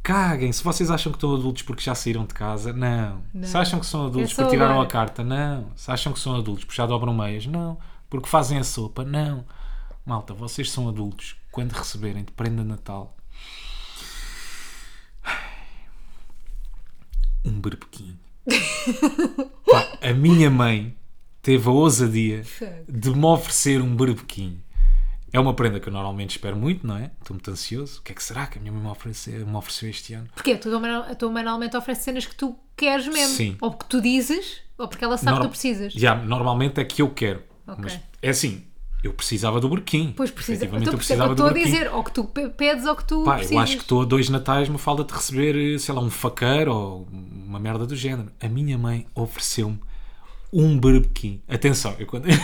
S2: caguem, se vocês acham que estão adultos porque já saíram de casa, não.
S1: Não.
S2: Se acham que são adultos
S1: É só
S2: porque tiraram
S1: agora.
S2: a carta, não. Se acham que são adultos porque já dobram meias, não. Porque fazem a sopa, não. Malta, vocês são adultos quando receberem de prenda de Natal um berbequim. Pá, a minha mãe teve a ousadia
S1: Fuck.
S2: de me oferecer um barbequim. É uma prenda que eu normalmente espero muito, não é? Estou muito ansioso. O que é que será que a minha mãe me ofereceu, me ofereceu este ano?
S1: Porquê? A tua, mãe, a tua mãe normalmente oferece cenas que tu queres mesmo.
S2: Sim.
S1: Ou que tu dizes, ou porque ela sabe que
S2: Norm-
S1: tu precisas.
S2: Já, normalmente é que eu quero.
S1: Ok.
S2: Mas é assim, eu precisava do barbequim.
S1: Pois precisa.
S2: Efetivamente,
S1: Então,
S2: eu
S1: por isso é que eu
S2: precisava do
S1: estou a
S2: barbequim.
S1: dizer, ou que tu pe- pedes ou que tu
S2: Pá,
S1: precisas.
S2: eu acho que estou a dois natais, me falta de receber, eh, sei lá, um faqueiro ou uma merda do género. A minha mãe ofereceu-me um barbequim. Atenção, eu quando me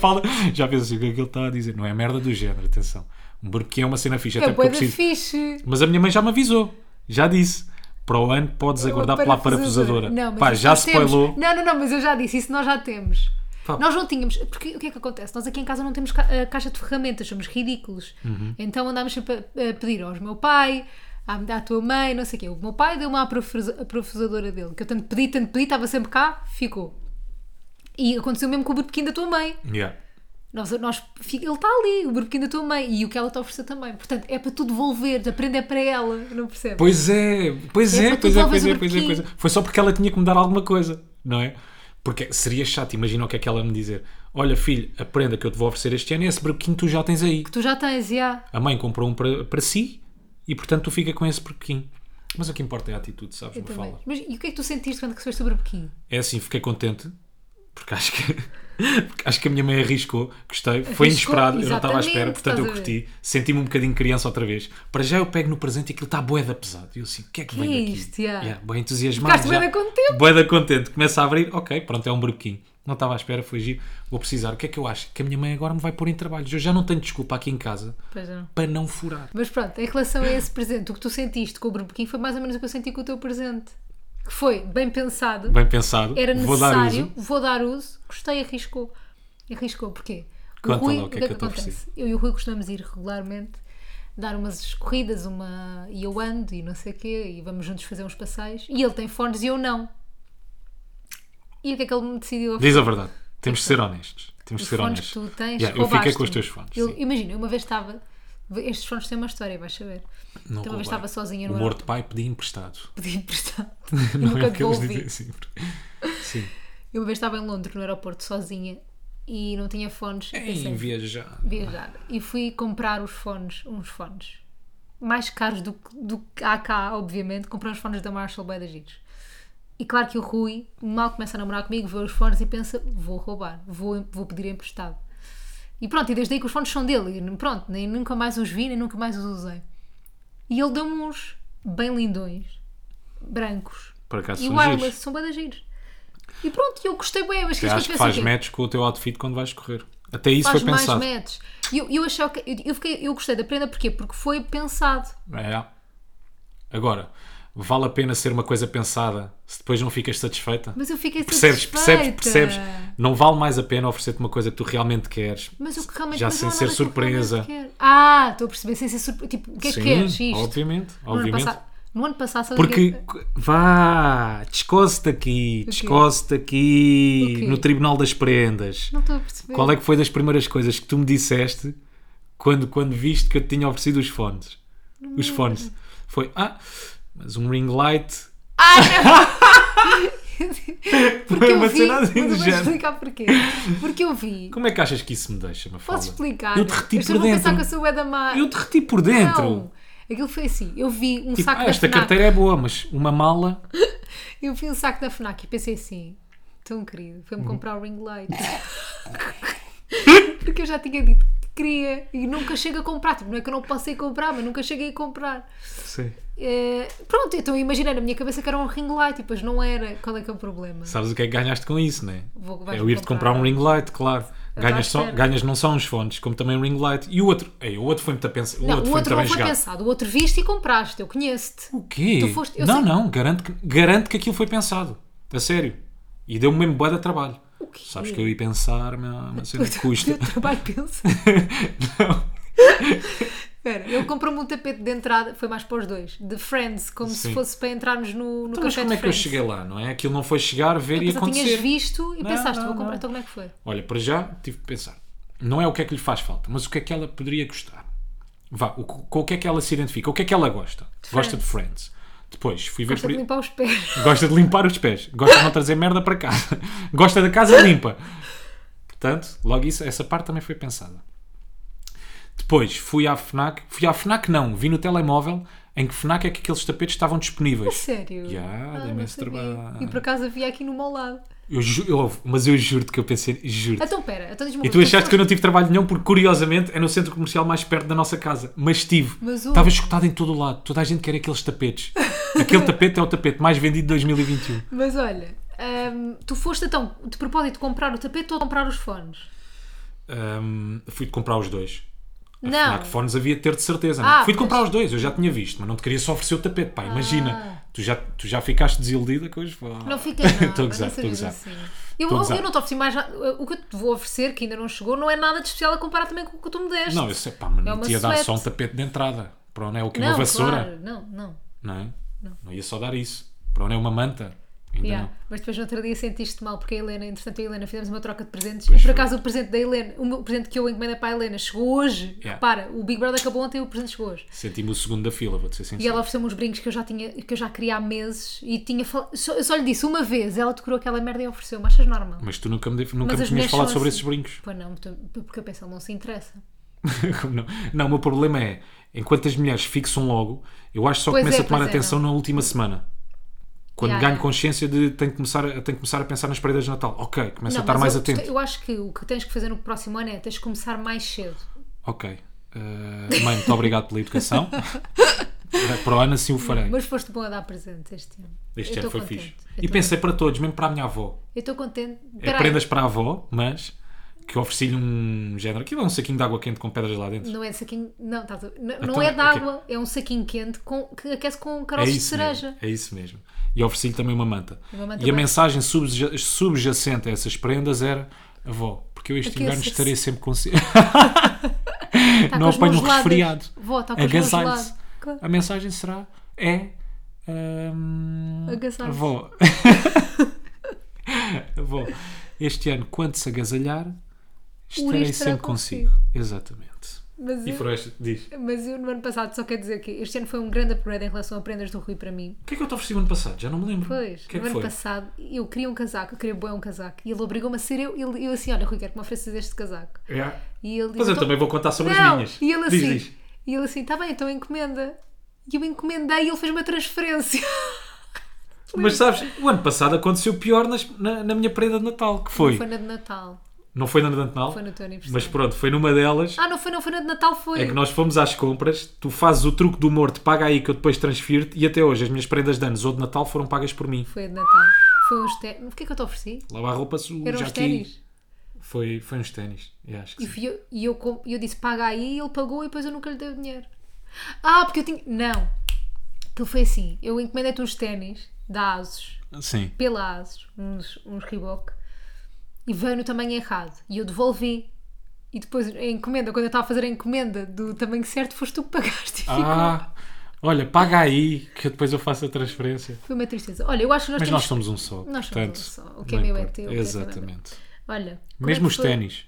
S2: fala, já penso assim, o que é que ele está a dizer? Não é merda do género, atenção. Um barbequim é uma cena fixe, até
S1: É
S2: porque eu
S1: boa da
S2: preciso.
S1: fixe.
S2: Mas a minha mãe já me avisou, já disse. Para o ano podes aguardar pela parafusadora.
S1: Não, mas
S2: Pá,
S1: isso
S2: já
S1: nós temos.
S2: spoilou.
S1: Não, não, não, mas eu já disse, isso nós já temos.
S2: Pá.
S1: Nós não tínhamos, porque o que é que acontece? Nós aqui em casa não temos ca- eh, caixa de ferramentas, somos ridículos.
S2: Uhum.
S1: Então andámos sempre a, a pedir aos meu pai, à, à tua mãe, não sei o quê. O meu pai deu-me à profesa- a professadora dele, que eu tanto pedi, tanto pedi, estava sempre cá, ficou. E aconteceu mesmo com o burbequim da tua mãe.
S2: Yeah.
S1: Nós, nós, fi- ele está ali, o burbequim da tua mãe, e o que ela te ofereceu também. Portanto, é para tu devolver, aprender para ela, não percebes?
S2: Pois é, pois
S1: É,
S2: é,
S1: para tu
S2: pois
S1: devolves
S2: é, pois é,
S1: o
S2: pois é, pois é.
S1: barquinho.
S2: Foi só porque ela tinha que me dar alguma coisa, não é? Porque seria chato, imagina o que é que ela me dizer. Olha, filho, a prenda que eu te vou oferecer este ano é esse barquinho que tu já tens aí.
S1: Tu já tens, já.
S2: A mãe comprou um para, para si e, portanto, tu fica com esse barquinho. Mas o que importa é a atitude, sabes, me
S1: Também.
S2: fala.
S1: Mas e o que é que tu sentiste quando recebeste sobre Burbequim?
S2: É assim, fiquei contente, porque acho que, porque acho que a minha mãe arriscou, gostei, foi
S1: Arriscou,
S2: inesperado, eu não estava à espera,
S1: exatamente,
S2: portanto eu
S1: estás a
S2: curti, senti-me um bocadinho criança outra vez. Para já eu pego no presente e aquilo está boeda pesado. E eu assim, o que é que,
S1: Que
S2: vem
S1: é
S2: daqui?
S1: isto, yeah.
S2: bué entusiasmado.
S1: Ficaste bué da contente.
S2: Boeda contente, começa a abrir, ok, pronto, é um barbequinho. Não estava à espera, foi giro, vou precisar. O que é que eu acho? Que a minha mãe agora me vai pôr em trabalhos. Eu já não tenho desculpa aqui em casa
S1: Pois não.
S2: para não furar.
S1: Mas pronto, em relação a esse presente, o que tu sentiste com o Burbequim foi mais ou menos o que eu senti com o teu presente. Que foi bem pensado,
S2: Bem pensado,
S1: era
S2: vou dar uso.
S1: necessário, vou dar uso, gostei, arriscou. Arriscou, porquê? O
S2: Conta lá o que é que eu te
S1: Eu e o Rui costumamos ir regularmente dar umas corridas, uma e eu ando e não sei o quê, e vamos juntos fazer uns passeios. E ele tem fones e eu não. E o que é que ele me decidiu
S2: Diz a verdade, temos de ser honestos. Temos de
S1: os
S2: ser
S1: fones
S2: honestos.
S1: que tu tens,
S2: Yeah, eu fiquei com
S1: roubaste-me.
S2: os teus fones.
S1: Eu-
S2: sim.
S1: Imagina, eu uma vez estava. Estes fones têm uma história, vais saber.
S2: Não
S1: então uma vez
S2: roubei.
S1: estava sozinha
S2: O
S1: no
S2: morto pai pedia emprestado. é
S1: pedi emprestado. Nunca
S2: o que eles
S1: devolvi.
S2: dizem sempre. Sim.
S1: Eu uma vez estava em Londres, no aeroporto, sozinha e não tinha fones. e
S2: Em
S1: pensei,
S2: viajar.
S1: viajar. E fui comprar os fones, uns fones. Mais caros do que do que há cá, obviamente. Comprei os fones da Marshall Bay da Giros. E claro que o Rui, mal começa a namorar comigo, vê os fones e pensa: vou roubar, vou, vou pedir emprestado. E pronto, e desde aí que os fones são dele. E pronto, nem nunca mais os vi, nem nunca mais os usei. E ele deu-me uns bem lindões, brancos.
S2: Por acaso
S1: E
S2: são
S1: wireless,
S2: giros.
S1: são bem da giros. E pronto, eu gostei bem, mas que as
S2: Eu
S1: pessoas
S2: acho que
S1: pensam
S2: faz
S1: o quê?
S2: match com o teu outfit quando vais correr. Até isso
S1: faz
S2: foi
S1: mais
S2: pensado.
S1: match. E eu, eu, achei que, eu, eu fiquei, eu gostei da prenda, porquê? Porque foi pensado.
S2: É. Agora, vale a pena ser uma coisa pensada se depois não ficas satisfeita?
S1: Mas eu fiquei
S2: Percebes, percebes,
S1: satisfeita.
S2: percebes? Não vale mais a pena oferecer-te uma coisa que tu realmente queres.
S1: Mas o que realmente
S2: Já
S1: mas não
S2: sem
S1: há
S2: ser
S1: nada é que eu realmente
S2: surpresa.
S1: quero. Ah, estou a perceber, sem ser surpresa. Tipo, o que é que
S2: Sim,
S1: queres isto?
S2: obviamente.
S1: No ano
S2: obviamente.
S1: passado, no ano passado sabe o
S2: Porque,
S1: que é-
S2: vá, descoce-te aqui, descoce-te
S1: O
S2: aqui,
S1: quê?
S2: no Tribunal das Prendas.
S1: Não estou a perceber.
S2: Qual é que foi das primeiras coisas que tu me disseste quando, quando viste que eu te tinha oferecido os fones? Os fones. Foi, ah, mas um ring light.
S1: Porque
S2: Foi uma
S1: eu vi,
S2: cena
S1: mas
S2: assim
S1: eu
S2: do
S1: vou
S2: género.
S1: explicar porquê. Porque eu vi.
S2: Como é que achas que isso me deixa, uma fala?
S1: Posso explicar?
S2: Eu derreti
S1: As pessoas
S2: por
S1: vão pensar que eu
S2: dentro.
S1: sou o da má.
S2: Eu derreti por
S1: Não.
S2: dentro.
S1: Aquilo foi assim, eu vi um
S2: Tipo,
S1: saco
S2: ah,
S1: da
S2: esta
S1: FNAC.
S2: carteira é boa, mas uma mala.
S1: Eu vi um saco da FNAC e pensei assim, tão querido, foi-me
S2: Uhum.
S1: comprar o ring light. Porque eu já tinha dito que queria e nunca chego a comprar. Tipo, não é que eu não posso ir comprar, mas nunca cheguei a comprar.
S2: Sei.
S1: Eh, pronto, então eu imaginei na minha cabeça que era um ring light e depois não era. Qual é que é o problema?
S2: Sabes o que é que ganhaste com isso, né?
S1: Vou- vais
S2: é o ir-te
S1: comprar.
S2: comprar um ring light, claro.
S1: Eu tô à
S2: Ganhas, só-
S1: espera.
S2: ganhas não só uns fones, como também um ring light. E o outro? Ei, o outro foi muito a pensar. O
S1: não,
S2: outro
S1: o outro
S2: foi muito
S1: não
S2: bem
S1: foi
S2: jogado.
S1: pensado. O outro viste e compraste, eu conheço-te.
S2: O quê?
S1: Tu foste- eu
S2: não,
S1: sei-
S2: não, garanto que, garanto que aquilo foi pensado. A sério. E deu-me mesmo boa de trabalho.
S1: O quê?
S2: Sabes que eu ia pensar, mas mas cena que
S1: O
S2: custa. Então,
S1: teu trabalho pensa.
S2: não.
S1: Espera, ele comprou-me um tapete de entrada, foi mais para os dois, de Friends, como se
S2: Sim.
S1: fosse para entrarmos no, no
S2: Então,
S1: café
S2: mas como
S1: de
S2: é que eu
S1: Friends.
S2: cheguei lá, não é? Aquilo não foi chegar, ver e
S1: Mas já
S2: acontecer.
S1: tinhas visto e
S2: Não,
S1: pensaste,
S2: não,
S1: vou comprar,
S2: não.
S1: então como é que foi?
S2: Olha, para já tive de pensar. Não é o que é que lhe faz falta, mas o que é que ela poderia gostar. Vá, o, co- com o que é que ela se identifica? O que é que ela gosta? gosta de Friends. Depois fui ver.
S1: Gosta
S2: por-
S1: de limpar os pés.
S2: Gosta de limpar os pés. Gosta de não trazer merda para casa. Gosta da casa limpa. Portanto, logo isso, essa parte também foi pensada. Depois fui à FNAC, fui à FNAC não, vi no telemóvel em que FNAC é que aqueles tapetes estavam
S1: A
S2: disponíveis.
S1: sério?
S2: Ya,
S1: Ah,
S2: dei-me
S1: não
S2: esse
S1: sabia.
S2: trabalho.
S1: E por acaso havia aqui no meu lado.
S2: Eu ju- eu- mas eu juro-te que eu pensei, juro
S1: Então pera, então diz-me uma
S2: E tu
S1: coisa,
S2: achaste que eu não tive trabalho nenhum, porque curiosamente é no centro comercial mais perto da nossa casa. Mas tive.
S1: Mas o-
S2: Estava escutado em todo o lado. Toda a gente quer aqueles tapetes. Aquele tapete é o tapete mais vendido de 2021.
S1: Mas olha, hum, tu foste então de propósito comprar o tapete ou comprar os fones?
S2: Hum, fui comprar os dois.
S1: Não.
S2: A FNAC Fones havia de ter de certeza.
S1: Ah,
S2: não? é? Fui
S1: pois.
S2: de
S1: Ah.
S2: comprar os dois, eu já tinha visto, mas não te queria só oferecer o tapete, pá. Imagina, tu já, tu já ficaste desiludida com os fones.
S1: Não fiquei nada.
S2: Estou a
S1: não
S2: gozar, estou a
S1: sabias
S2: gozar.
S1: assim. Eu,
S2: Estou a
S1: eu-
S2: gozar.
S1: eu não te ofereci mais nada. O que eu te vou oferecer, que ainda não chegou, não é nada de especial a comparar também com o que tu me deste.
S2: Não, eu sei, pá, mas
S1: É
S2: não
S1: uma
S2: te ia dar
S1: suéte.
S2: só um tapete de entrada. Para onde é o que?
S1: Não,
S2: Uma vassoura?
S1: claro, não, não.
S2: Não é? Não. ia só dar isso. Para onde é uma manta? Ainda
S1: Yeah.
S2: não.
S1: Mas depois no outro dia sentiste-te mal porque a Helena, entretanto, a Helena fizemos uma troca de presentes
S2: Pois
S1: e por
S2: foi.
S1: acaso o presente da Helena, o meu presente que eu encomendei para a Helena chegou hoje.
S2: Yeah.
S1: Repara, o Big Brother acabou ontem e o presente chegou hoje.
S2: Senti-me o segundo da fila, vou-te ser sincero.
S1: E ela ofereceu-me uns brincos que eu já tinha, que eu já queria há meses e tinha fal- só, eu só lhe disse uma vez, ela decorou aquela merda e ofereceu, mas achas normal?
S2: Mas tu nunca me, def- nunca
S1: Mas
S2: me
S1: as
S2: tinhas
S1: mulheres
S2: falado
S1: são
S2: sobre
S1: assim.
S2: esses brincos.
S1: Pois não, tu- porque eu penso, ele não se interessa.
S2: Como não? Não, o meu problema é, enquanto as mulheres fixam logo, eu acho que só
S1: Pois
S2: começo
S1: é,
S2: a tomar
S1: pois é,
S2: atenção na última semana. Quando
S1: Ya,
S2: ganho
S1: ya.
S2: consciência de tenho que, começar, a- tenho que começar a pensar nas prendas de Natal. Ok, começo a estar
S1: mas
S2: mais
S1: eu,
S2: atento.
S1: Eu acho que o que tens que fazer no próximo ano é tens de começar mais cedo.
S2: Ok. Eh, mãe, muito obrigado pela educação. Para- Para o ano assim o farei.
S1: Mas foste bom a dar presentes este ano.
S2: este
S1: Eu
S2: ano
S1: estou
S2: foi
S1: contente.
S2: fixe.
S1: Eu
S2: E
S1: estou-
S2: pensei para todos, mesmo para a minha avó.
S1: Eu estou contente.
S2: É
S1: Espera aí,
S2: prendas para a avó, mas que eu ofereci-lhe um género. Aquilo é um saquinho de água quente com pedras lá dentro.
S1: Não é de saquinho. Não, estás a- não,
S2: Então,
S1: não é de
S2: o quê?
S1: água, é um saquinho quente com, que aquece com caroços de cereja.
S2: Mesmo, é isso mesmo. E ofereci-lhe também uma manta.
S1: E uma manta
S2: e a
S1: branca.
S2: mensagem subja- subjacente a essas prendas era: avó, porque eu este
S1: Aqueça-se.
S2: inverno estarei sempre consigo.
S1: Tá
S2: não
S1: com as
S2: apanho
S1: mãos
S2: um
S1: geladas.
S2: resfriado.
S1: Vó, está com as mãos
S2: Agasalhe-se.
S1: geladas. Claro.
S2: A mensagem será: é. hum,
S1: Agasalhe-se.
S2: avó. avó, este ano, quando se agasalhar, estarei
S1: estará
S2: sempre
S1: consigo.
S2: consigo. Exatamente.
S1: Mas
S2: E
S1: eu,
S2: foram estas, diz.
S1: mas eu no ano passado só quero dizer que este ano foi um grande upgrade em relação a prendas do Rui para mim.
S2: O que é que eu te ofereci no ano passado? Já não me lembro.
S1: Pois,
S2: o que é
S1: no
S2: que
S1: ano
S2: foi?
S1: passado eu queria um casaco, eu queria bem um casaco. E ele obrigou-me a ser eu. Ele, eu assim, olha, Rui, quero que me ofereças este casaco.
S2: É.
S1: E ele
S2: Mas
S1: disse,
S2: eu
S1: "Então-
S2: também vou contar sobre as
S1: Não!
S2: minhas.
S1: E ele assim,
S2: diz, diz.
S1: e ele assim, tá bem, então encomenda. E eu encomendei e ele fez uma transferência.
S2: Mas sabes, o ano passado aconteceu pior nas- na, na minha prenda de Natal, que foi.
S1: Foi na de Natal.
S2: Não foi na de Natal,
S1: Foi no teu aniversário.
S2: mas pronto, foi numa delas.
S1: Ah, não foi, não foi na de Natal, foi.
S2: É que nós fomos às compras, tu fazes o truque do morto, paga aí que eu depois transfiro-te e até hoje as minhas prendas de anos ou de Natal foram pagas por mim.
S1: Foi de Natal. Foi uns ténis. O que é que eu te ofereci?
S2: Lavar roupa suja
S1: Eram uns
S2: aqui.
S1: ténis.
S2: Foi, foi uns ténis. eu acho que
S1: E
S2: sim.
S1: fui eu, e eu, com- e eu disse, paga aí, e ele pagou e depois eu nunca lhe dei o dinheiro. Ah, porque eu tinha. Não. Aquilo foi assim. Eu encomendei-te uns ténis da ASUS,
S2: Sim.
S1: pela ASUS, uns, uns Reebok, e veio no tamanho errado. E eu devolvi. E depois a encomenda, quando eu estava a fazer a encomenda do tamanho certo, foste tu que pagaste e ficou.
S2: Ah, olha, paga aí que eu depois eu faço a transferência.
S1: Foi uma tristeza. Olha, eu acho que nós
S2: Mas
S1: temos.
S2: nós somos um só.
S1: Nós somos
S2: portanto,
S1: um só. O que é
S2: não
S1: meu é
S2: importa.
S1: teu, o que é teu é meu.
S2: Exatamente.
S1: Olha. como é
S2: Mesmo
S1: que
S2: os
S1: foi?
S2: ténis.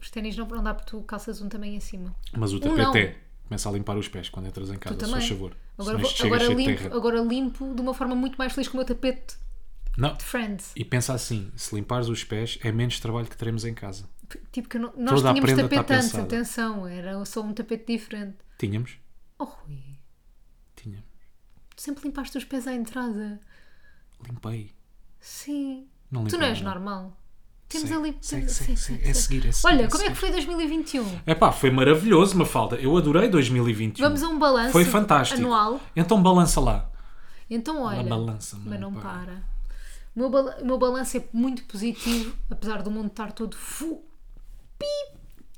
S1: Os ténis não, não dá porque tu calças um tamanho acima.
S2: Mas o
S1: Um não.
S2: tapete é. Começa a limpar os pés quando entras em casa,
S1: Tu
S2: se
S1: também.
S2: faz favor.
S1: Agora,
S2: Senão
S1: vou-
S2: isto chega
S1: agora,
S2: cheio de
S1: limpo,
S2: terra.
S1: agora limpo de uma forma muito mais feliz com o meu tapete
S2: Não.
S1: de Friends.
S2: E pensa assim: se limpares os pés, é menos trabalho que teremos em casa.
S1: Tipo que eu não- nós
S2: Toda a
S1: tínhamos
S2: prenda
S1: tapete
S2: está
S1: antes,
S2: pensada.
S1: atenção, era só um tapete diferente.
S2: Tínhamos?
S1: Oh Rui,
S2: Tínhamos.
S1: tu sempre limpaste os pés à entrada.
S2: Limpei.
S1: Sim.
S2: Não limpei
S1: tu não és
S2: nada.
S1: normal. Temos
S2: Sei,
S1: ali.
S2: sei,
S1: temos-
S2: sei, sei. É seguir, é seguir,
S1: Olha,
S2: é
S1: como é que
S2: seguir.
S1: foi 2021?
S2: Epá, foi maravilhoso, Mafalda. Eu adorei 2021.
S1: Vamos a um balanço
S2: Foi fantástico.
S1: anual.
S2: Então balança lá.
S1: Então olha.
S2: balança,
S1: mas não
S2: não
S1: para.
S2: para.
S1: O, meu bala- o meu balanço é muito positivo, apesar do mundo estar todo fu,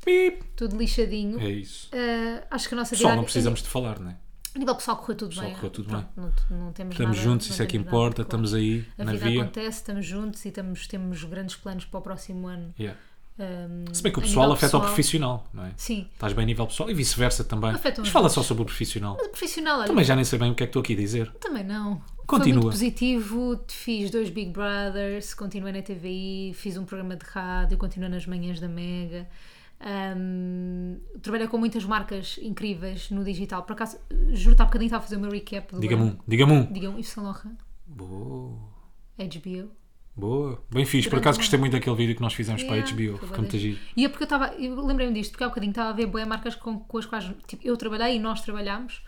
S2: Pip.
S1: todo lixadinho.
S2: É isso.
S1: Ah, acho que a nossa
S2: Pessoal,
S1: atividade-
S2: não precisamos de falar, não é?
S1: A nível pessoal correu tudo
S2: Pessoal,
S1: bem.
S2: correu tudo
S1: Pronto, Não, não temos
S2: Estamos
S1: nada-
S2: juntos,
S1: não
S2: isso é que
S1: temos nada,
S2: importa.
S1: claro.
S2: Estamos aí
S1: A
S2: na
S1: vida
S2: via.
S1: acontece, estamos juntos e estamos, temos grandes planos para o próximo ano.
S2: Yeah.
S1: Ahm,
S2: Se bem que o
S1: a
S2: pessoal
S1: nível
S2: afeta o
S1: pessoal-
S2: profissional, não é?
S1: Sim.
S2: Estás bem a nível pessoal e vice-versa também.
S1: Afeta um
S2: Mas
S1: uns
S2: fala
S1: dois.
S2: só sobre o profissional.
S1: Mas o profissional, olha,
S2: Também já nem sei bem o que é que estou aqui a dizer.
S1: também não. Foi
S2: Continua.
S1: muito positivo, te fiz dois Big Brothers, continuei na TVI, fiz um programa de rádio, continuei nas manhãs da Mega. Ahm, trabalhei com muitas marcas incríveis no digital. Por acaso, juro-te, há bocadinho estava a fazer o meu recap do um,
S2: Diga-me
S1: ano.
S2: um, diga-me um.
S1: Diga-me, Yves Saint Laurent,
S2: Boa.
S1: HBO,
S2: Boa. Bem fixe. Por acaso gostei muito daquele vídeo que nós fizemos
S1: Yeah,
S2: para a HBO.
S1: foi
S2: Ficou muito
S1: bué
S2: giro.
S1: giro. E é porque eu estava, eu lembrei-me disto, porque há bocadinho estava a ver boas marcas com, com as quais tipo, eu trabalhei e nós trabalhámos,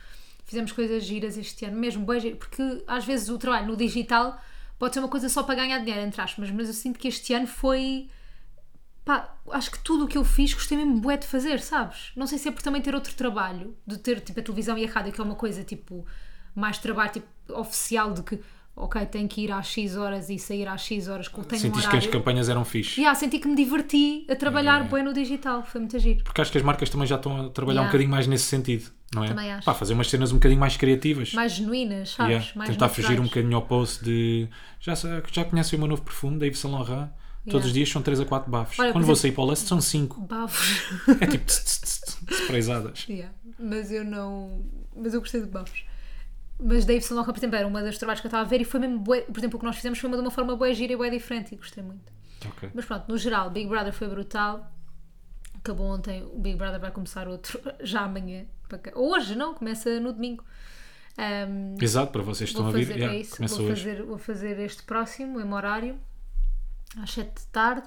S1: fizemos coisas giras este ano, mesmo boas, porque às vezes o trabalho no digital pode ser uma coisa só para ganhar dinheiro, entre aspas, mas eu sinto que este ano foi. Pá, acho que tudo o que eu fiz gostei mesmo bué de fazer, sabes? Não sei se é por também ter outro trabalho, de ter tipo a televisão e a rádio, que é uma coisa tipo mais trabalho tipo, oficial de que ok, tenho que ir às X horas e sair às X horas, que eu tenho um
S2: Sentiste que
S1: horário.
S2: as campanhas eram fixe.
S1: Yeah, ah, senti que me diverti a trabalhar
S2: Yeah, yeah.
S1: bem no digital, foi muito giro.
S2: Porque acho que as marcas também já estão a trabalhar um
S1: Yeah.
S2: bocadinho mais nesse sentido, não é?
S1: Também acho.
S2: Pá, fazer umas cenas um bocadinho mais criativas.
S1: Mais genuínas, sabes?
S2: Yeah,
S1: Mais
S2: Tentar
S1: naturais.
S2: fugir um bocadinho ao post de já, sa- já conhecem o meu novo perfume da Yves Saint Laurent. Todos os dias são 3 a 4 bafos.
S1: Olha, por
S2: Quando vou
S1: exemplo-
S2: sair para o leste são 5.
S1: Bafos.
S2: É tipo tss, tss, tss, tss, sprayzadas.
S1: Yeah, Mas eu não. Mas eu gostei de bafos. Mas daí Yves Saint Laurent, por exemplo, era uma das trabalhos que eu estava a ver e foi mesmo. Bué... Por exemplo, o que nós fizemos foi uma de uma forma boa gira e boa diferente e gostei muito.
S2: Ok.
S1: Mas pronto, no geral, Big Brother foi brutal. Acabou ontem, o Big Brother vai começar outro já amanhã. para cá- Ou hoje, não? Começa no domingo. Ahm,
S2: Exato, para vocês que estão
S1: Vou
S2: a vir.
S1: fazer,
S2: yeah,
S1: é isso,
S2: começa
S1: vou,
S2: hoje.
S1: fazer, vou fazer este próximo, o mesmo horário, às 7 de tarde.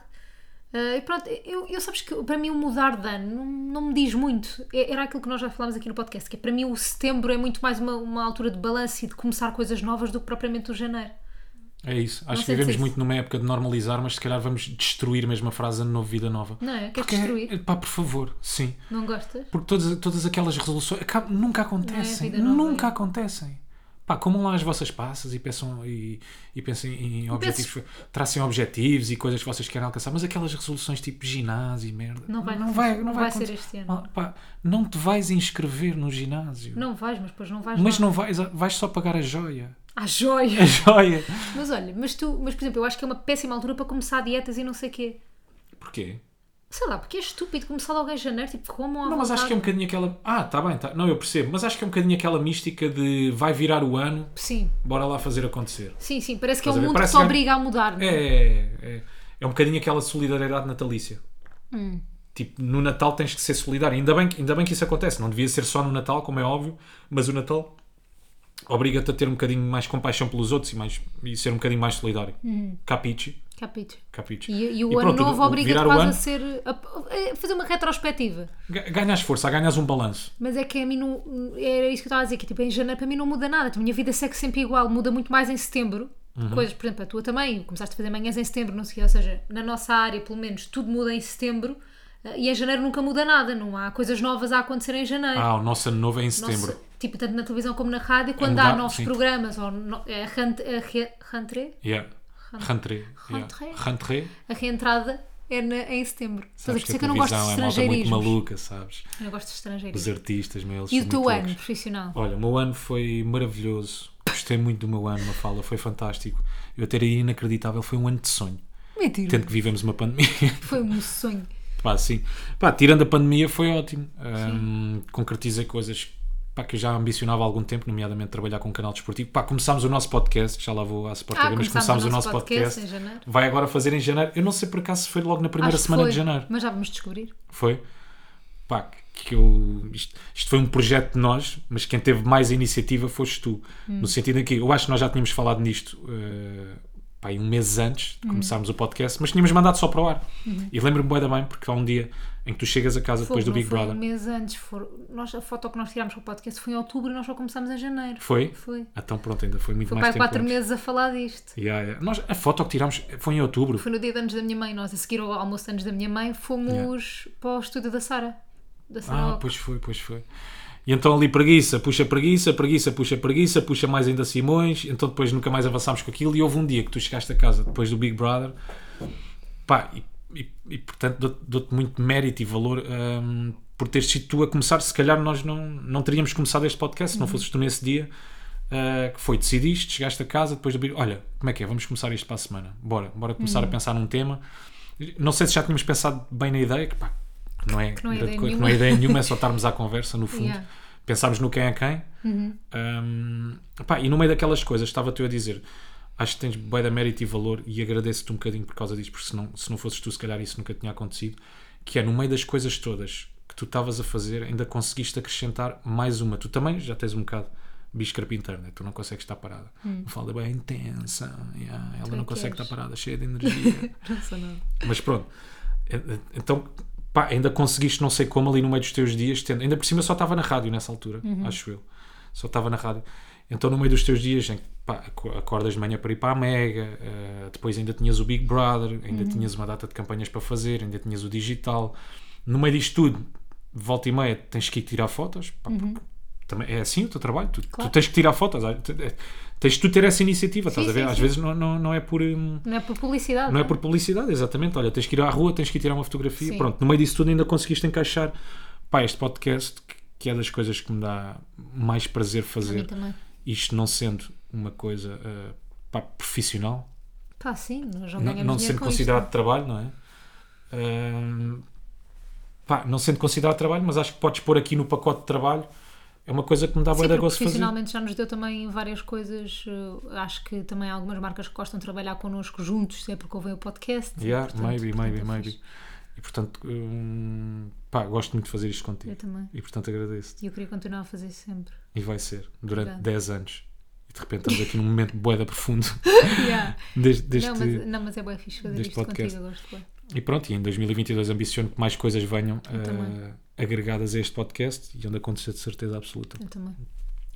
S1: Ah, e pronto, eu, eu sabes que para mim o mudar de ano não, não me diz muito. É- Era aquilo que nós já falámos aqui no podcast, que é, para mim o setembro é muito mais uma, uma altura de balanço e de começar coisas novas do que propriamente o janeiro.
S2: É isso. Acho que
S1: sei
S2: vivemos
S1: dizer
S2: muito numa época de normalizar, mas se calhar vamos destruir mesmo a frase ano novo, vida nova.
S1: Não é? Queres
S2: Porque eh,
S1: destruir?
S2: Pá, por favor, sim.
S1: Não gostas?
S2: Porque todas, todas aquelas resoluções acabam- nunca acontecem.
S1: é vida nova,
S2: nunca
S1: é.
S2: acontecem. Pá, comam lá as vossas passas e, pensam, e, e pensem em objetivos, tracem objetivos e coisas que vocês querem alcançar, mas aquelas resoluções tipo ginásio e merda.
S1: Não vai-
S2: não vai,
S1: não
S2: vai
S1: vai ser
S2: acontecer.
S1: este ano.
S2: Mal- pá, não te vais inscrever no ginásio.
S1: Não vais, mas depois não vais.
S2: Mas
S1: lá.
S2: não vais, vais só pagar a joia.
S1: À joia!
S2: A joia!
S1: mas olha, mas tu, mas por exemplo, eu acho que é uma péssima altura para começar dietas e não sei o quê.
S2: Porquê?
S1: Sei lá, porque é estúpido começar logo em janeiro, tipo, como à
S2: Não, mas acho que é um
S1: vontade.
S2: bocadinho aquela. Ah, tá bem, tá. Não, eu percebo, mas acho que é um bocadinho aquela mística de vai virar o ano,
S1: Sim,
S2: bora lá fazer acontecer.
S1: sim, sim, parece que é
S2: Estás a
S1: um
S2: ver?
S1: mundo que
S2: Parece
S1: te
S2: que é-
S1: obriga a mudar, não é?
S2: É, é, é um bocadinho aquela solidariedade natalícia.
S1: Hum.
S2: Tipo, no Natal tens que ser solidário. Ainda bem, que- ainda bem que isso acontece. Não devia ser só no Natal, como é óbvio, mas o Natal obriga-te a ter um bocadinho mais compaixão pelos outros e, mais, e ser um bocadinho mais solidário. Capiche?
S1: Capito.
S2: Capiche.
S1: Hum. E, e o
S2: E
S1: ano
S2: pronto,
S1: novo
S2: o-
S1: obriga-te
S2: virar o
S1: quase a
S2: ano-
S1: ser. A, a fazer uma retrospectiva.
S2: Ga- Ganhas força, ganhas um balanço.
S1: Mas é que a mim não. Era isso que eu estava a dizer, que tipo, em janeiro para mim não muda nada. Tipo, A minha vida segue sempre igual, muda muito mais em setembro.
S2: Uhum.
S1: Coisas, por exemplo, a tua também, começaste a fazer manhãs em setembro, não sei, o quê. ou seja, na nossa área, pelo menos, tudo muda em setembro eh, e em janeiro nunca muda nada, não há coisas novas a acontecer em janeiro.
S2: Ah, o nosso ano novo é em
S1: Nossa,
S2: setembro. É
S1: tipo, tanto na televisão como na rádio, quando
S2: mudar,
S1: há novos
S2: sim.
S1: programas, ou no- é, rent- a re- rentrée,
S2: Yeah. Rentrée. yeah.
S1: Rentrée.
S2: Rentrée.
S1: a reentrada é na- é em setembro. Então,
S2: Sabes
S1: por isso é que
S2: a
S1: eu não gosto de
S2: televisão é malta muito
S1: estrangeirismos.
S2: maluca, sabes?
S1: Eu gosto de estrangeiros.
S2: Os artistas, meu, eles
S1: E
S2: são
S1: o teu
S2: muito
S1: ano
S2: loucos.
S1: profissional?
S2: Olha, o meu ano foi maravilhoso. Gostei muito do meu ano, Mafalda. Foi fantástico. Eu até era inacreditável. Foi um ano de sonho.
S1: Mentira.
S2: Tanto que vivemos uma pandemia.
S1: Foi um sonho.
S2: Pá, sim. Pá, tirando a pandemia foi ótimo. Ahm, concretizei coisas pá, que eu já ambicionava há algum tempo, nomeadamente trabalhar com um canal desportivo. Pá, começámos o nosso podcast, que já lá vou à Sport
S1: Ah,
S2: TV, mas começámos o nosso podcast.
S1: em janeiro.
S2: Vai agora fazer em janeiro. Eu não sei por acaso se foi logo na primeira
S1: Acho que
S2: semana
S1: foi,
S2: de janeiro.
S1: Mas já vamos descobrir.
S2: Foi. Pá, que eu. Isto, isto foi um projeto de nós, mas quem teve mais iniciativa foste tu.
S1: Hum.
S2: No sentido em que eu acho que nós já tínhamos falado nisto. eh, pá, aí um mês antes
S1: Hum.
S2: de começarmos o podcast, mas tínhamos mandado só para o ar. E lembro-me bué da bem, porque há um dia em que tu chegas a casa depois
S1: Uhum. Fogo, não
S2: do Big
S1: foi
S2: Brother.
S1: Um mês antes. For... Nós, a foto que nós tirámos para o podcast foi em outubro e nós só começámos em janeiro.
S2: Foi?
S1: Foi.
S2: Então pronto, ainda foi muito
S1: Foi
S2: mais
S1: para
S2: tempo.
S1: quatro
S2: antes.
S1: meses a falar disto.
S2: Yeah, yeah. Nós, a foto que tirámos foi em outubro.
S1: Foi no dia de anos da minha mãe. Nós, a seguir ao almoço de anos da minha mãe, fomos para o estúdio da Sara. Da Sara
S2: Ah,
S1: Ock.
S2: pois foi, pois foi. E então ali preguiça, puxa preguiça, preguiça, puxa preguiça, puxa mais ainda Simões, então depois nunca mais avançámos com aquilo e houve um dia que tu chegaste a casa depois do Big Brother, pá, e, e- e, portanto dou-te dou-te muito mérito e valor hum, por teres sido tu a começar, se calhar nós não, não teríamos começado este podcast se
S1: Uhum.
S2: não fosses tu nesse dia, ah, que foi, decidiste, chegaste a casa depois do Big olha, como é que é, vamos começar isto para a semana, bora, bora começar
S1: Uhum.
S2: a pensar num tema, não sei se já tínhamos pensado bem na ideia, que pá, que não é,
S1: não é
S2: grande
S1: ideia
S2: coisa, que
S1: nenhuma.
S2: não é ideia nenhuma, é só estarmos à conversa, no fundo.
S1: Yeah.
S2: Pensámos no quem é quem. Um, pá, e no meio daquelas coisas, estava-te eu a dizer, acho que tens bué da mérito e valor e agradeço-te um bocadinho por causa disso, porque se não, se não fosses tu, se calhar isso nunca tinha acontecido, que é no meio das coisas todas que tu estavas a fazer, ainda conseguiste acrescentar mais uma. Tu também já tens um bocado bicho carpinteiro, né? tu não consegues estar parada. Mafalda é bem intensa, yeah, ela
S1: é
S2: não
S1: que
S2: consegue
S1: és.
S2: estar parada, cheia de energia.
S1: Não sou nada.
S2: Mas pronto, Eh, eh, então pá, ainda conseguiste não sei como ali no meio dos teus dias, tendo- ainda por cima só estava na rádio nessa altura,
S1: Uhum.
S2: acho eu, só estava na rádio. Então no meio dos teus dias, em que, pá, aco- acordas de manhã para ir para a Mega, eh, depois ainda tinhas o Big Brother,
S1: Uhum.
S2: ainda tinhas uma data de campanhas para fazer, ainda tinhas o digital. No meio disto tudo, volta e meia tens que ir tirar fotos, pá, porque também é assim o teu trabalho, tu, tu
S1: Uhum. Claro.
S2: tens que tirar fotos, ah, te- eh, tens de tu ter essa iniciativa, estás a
S1: sim,
S2: ver? Às
S1: sim.
S2: vezes não, não, não é por... hum,
S1: Não é por publicidade.
S2: não é por publicidade, exatamente. Olha, tens que ir à rua, tens que ir tirar uma fotografia.
S1: Sim.
S2: Pronto, no meio disso tudo ainda conseguiste encaixar pá, este podcast, que- que é das coisas que me dá mais prazer
S1: A mim
S2: fazer.
S1: também.
S2: Isto não sendo uma coisa eh, pá, profissional,
S1: Pá, sim, nós já ganhamos
S2: não, não
S1: dinheiro
S2: sendo
S1: com
S2: considerado trabalho, não é? Ahm, pá, não sendo considerado trabalho, mas acho que podes pôr aqui no pacote de trabalho. É uma coisa que me dá
S1: Isto. Sim,
S2: bué da
S1: porque
S2: gosto de fazer.
S1: profissionalmente já nos deu também várias coisas. eh, Acho que também há algumas marcas que gostam de trabalhar connosco juntos, sempre que ouvem o podcast.
S2: Yeah,
S1: Portanto,
S2: maybe,
S1: portanto,
S2: maybe,
S1: é
S2: maybe.
S1: fixe.
S2: E portanto, hum, pá, gosto muito de fazer isto contigo.
S1: Eu também.
S2: E portanto agradeço-te.
S1: E eu queria continuar a fazer sempre.
S2: E vai ser, durante
S1: Verdade.
S2: 10 anos. E de repente estamos aqui num momento boeda profundo
S1: Yeah.
S2: deste, deste-
S1: não, mas, não, mas é bem fixe fazer
S2: deste
S1: isto
S2: podcast.
S1: contigo, eu gosto bué.
S2: E pronto, e em 2022 ambiciono que mais coisas venham
S1: Eu
S2: eh,
S1: também.
S2: agregadas a este podcast e onde acontecer de certeza absoluta.
S1: Eu também.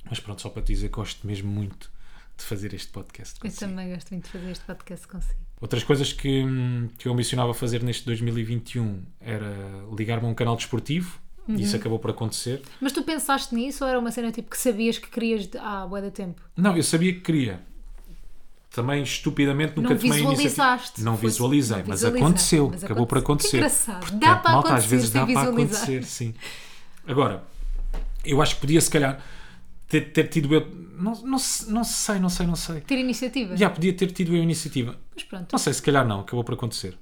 S2: Mas pronto, só para te dizer, gosto mesmo muito de fazer este podcast.
S1: Eu
S2: consigo.
S1: também gosto muito de fazer este podcast consigo.
S2: Outras coisas que, hum, que eu ambicionava fazer neste 2021 era ligar-me a um canal desportivo. e
S1: Uhum.
S2: Isso acabou por acontecer.
S1: Mas tu pensaste nisso ou era uma cena tipo que sabias que querias de... ah, bué da tempo?
S2: Não, eu sabia que queria. Também estupidamente nunca
S1: não
S2: tomei a
S1: visualizaste.
S2: iniciativa. Não
S1: Fosse-
S2: visualizei,
S1: não
S2: mas
S1: visualizaste,
S2: aconteceu.
S1: mas
S2: acabou por
S1: aconteceu. Que
S2: acontecer.
S1: engraçado. Dá
S2: Portanto,
S1: para
S2: É, malta, às
S1: acontecer
S2: vezes
S1: sem
S2: dá para
S1: visualizar.
S2: acontecer, sim. Agora, eu acho que podia se calhar ter, ter tido eu. Não, não, se- não sei, não sei, não sei.
S1: Ter iniciativa?
S2: Já podia ter tido eu a iniciativa.
S1: Mas pronto.
S2: Não sei, se calhar não, acabou por acontecer.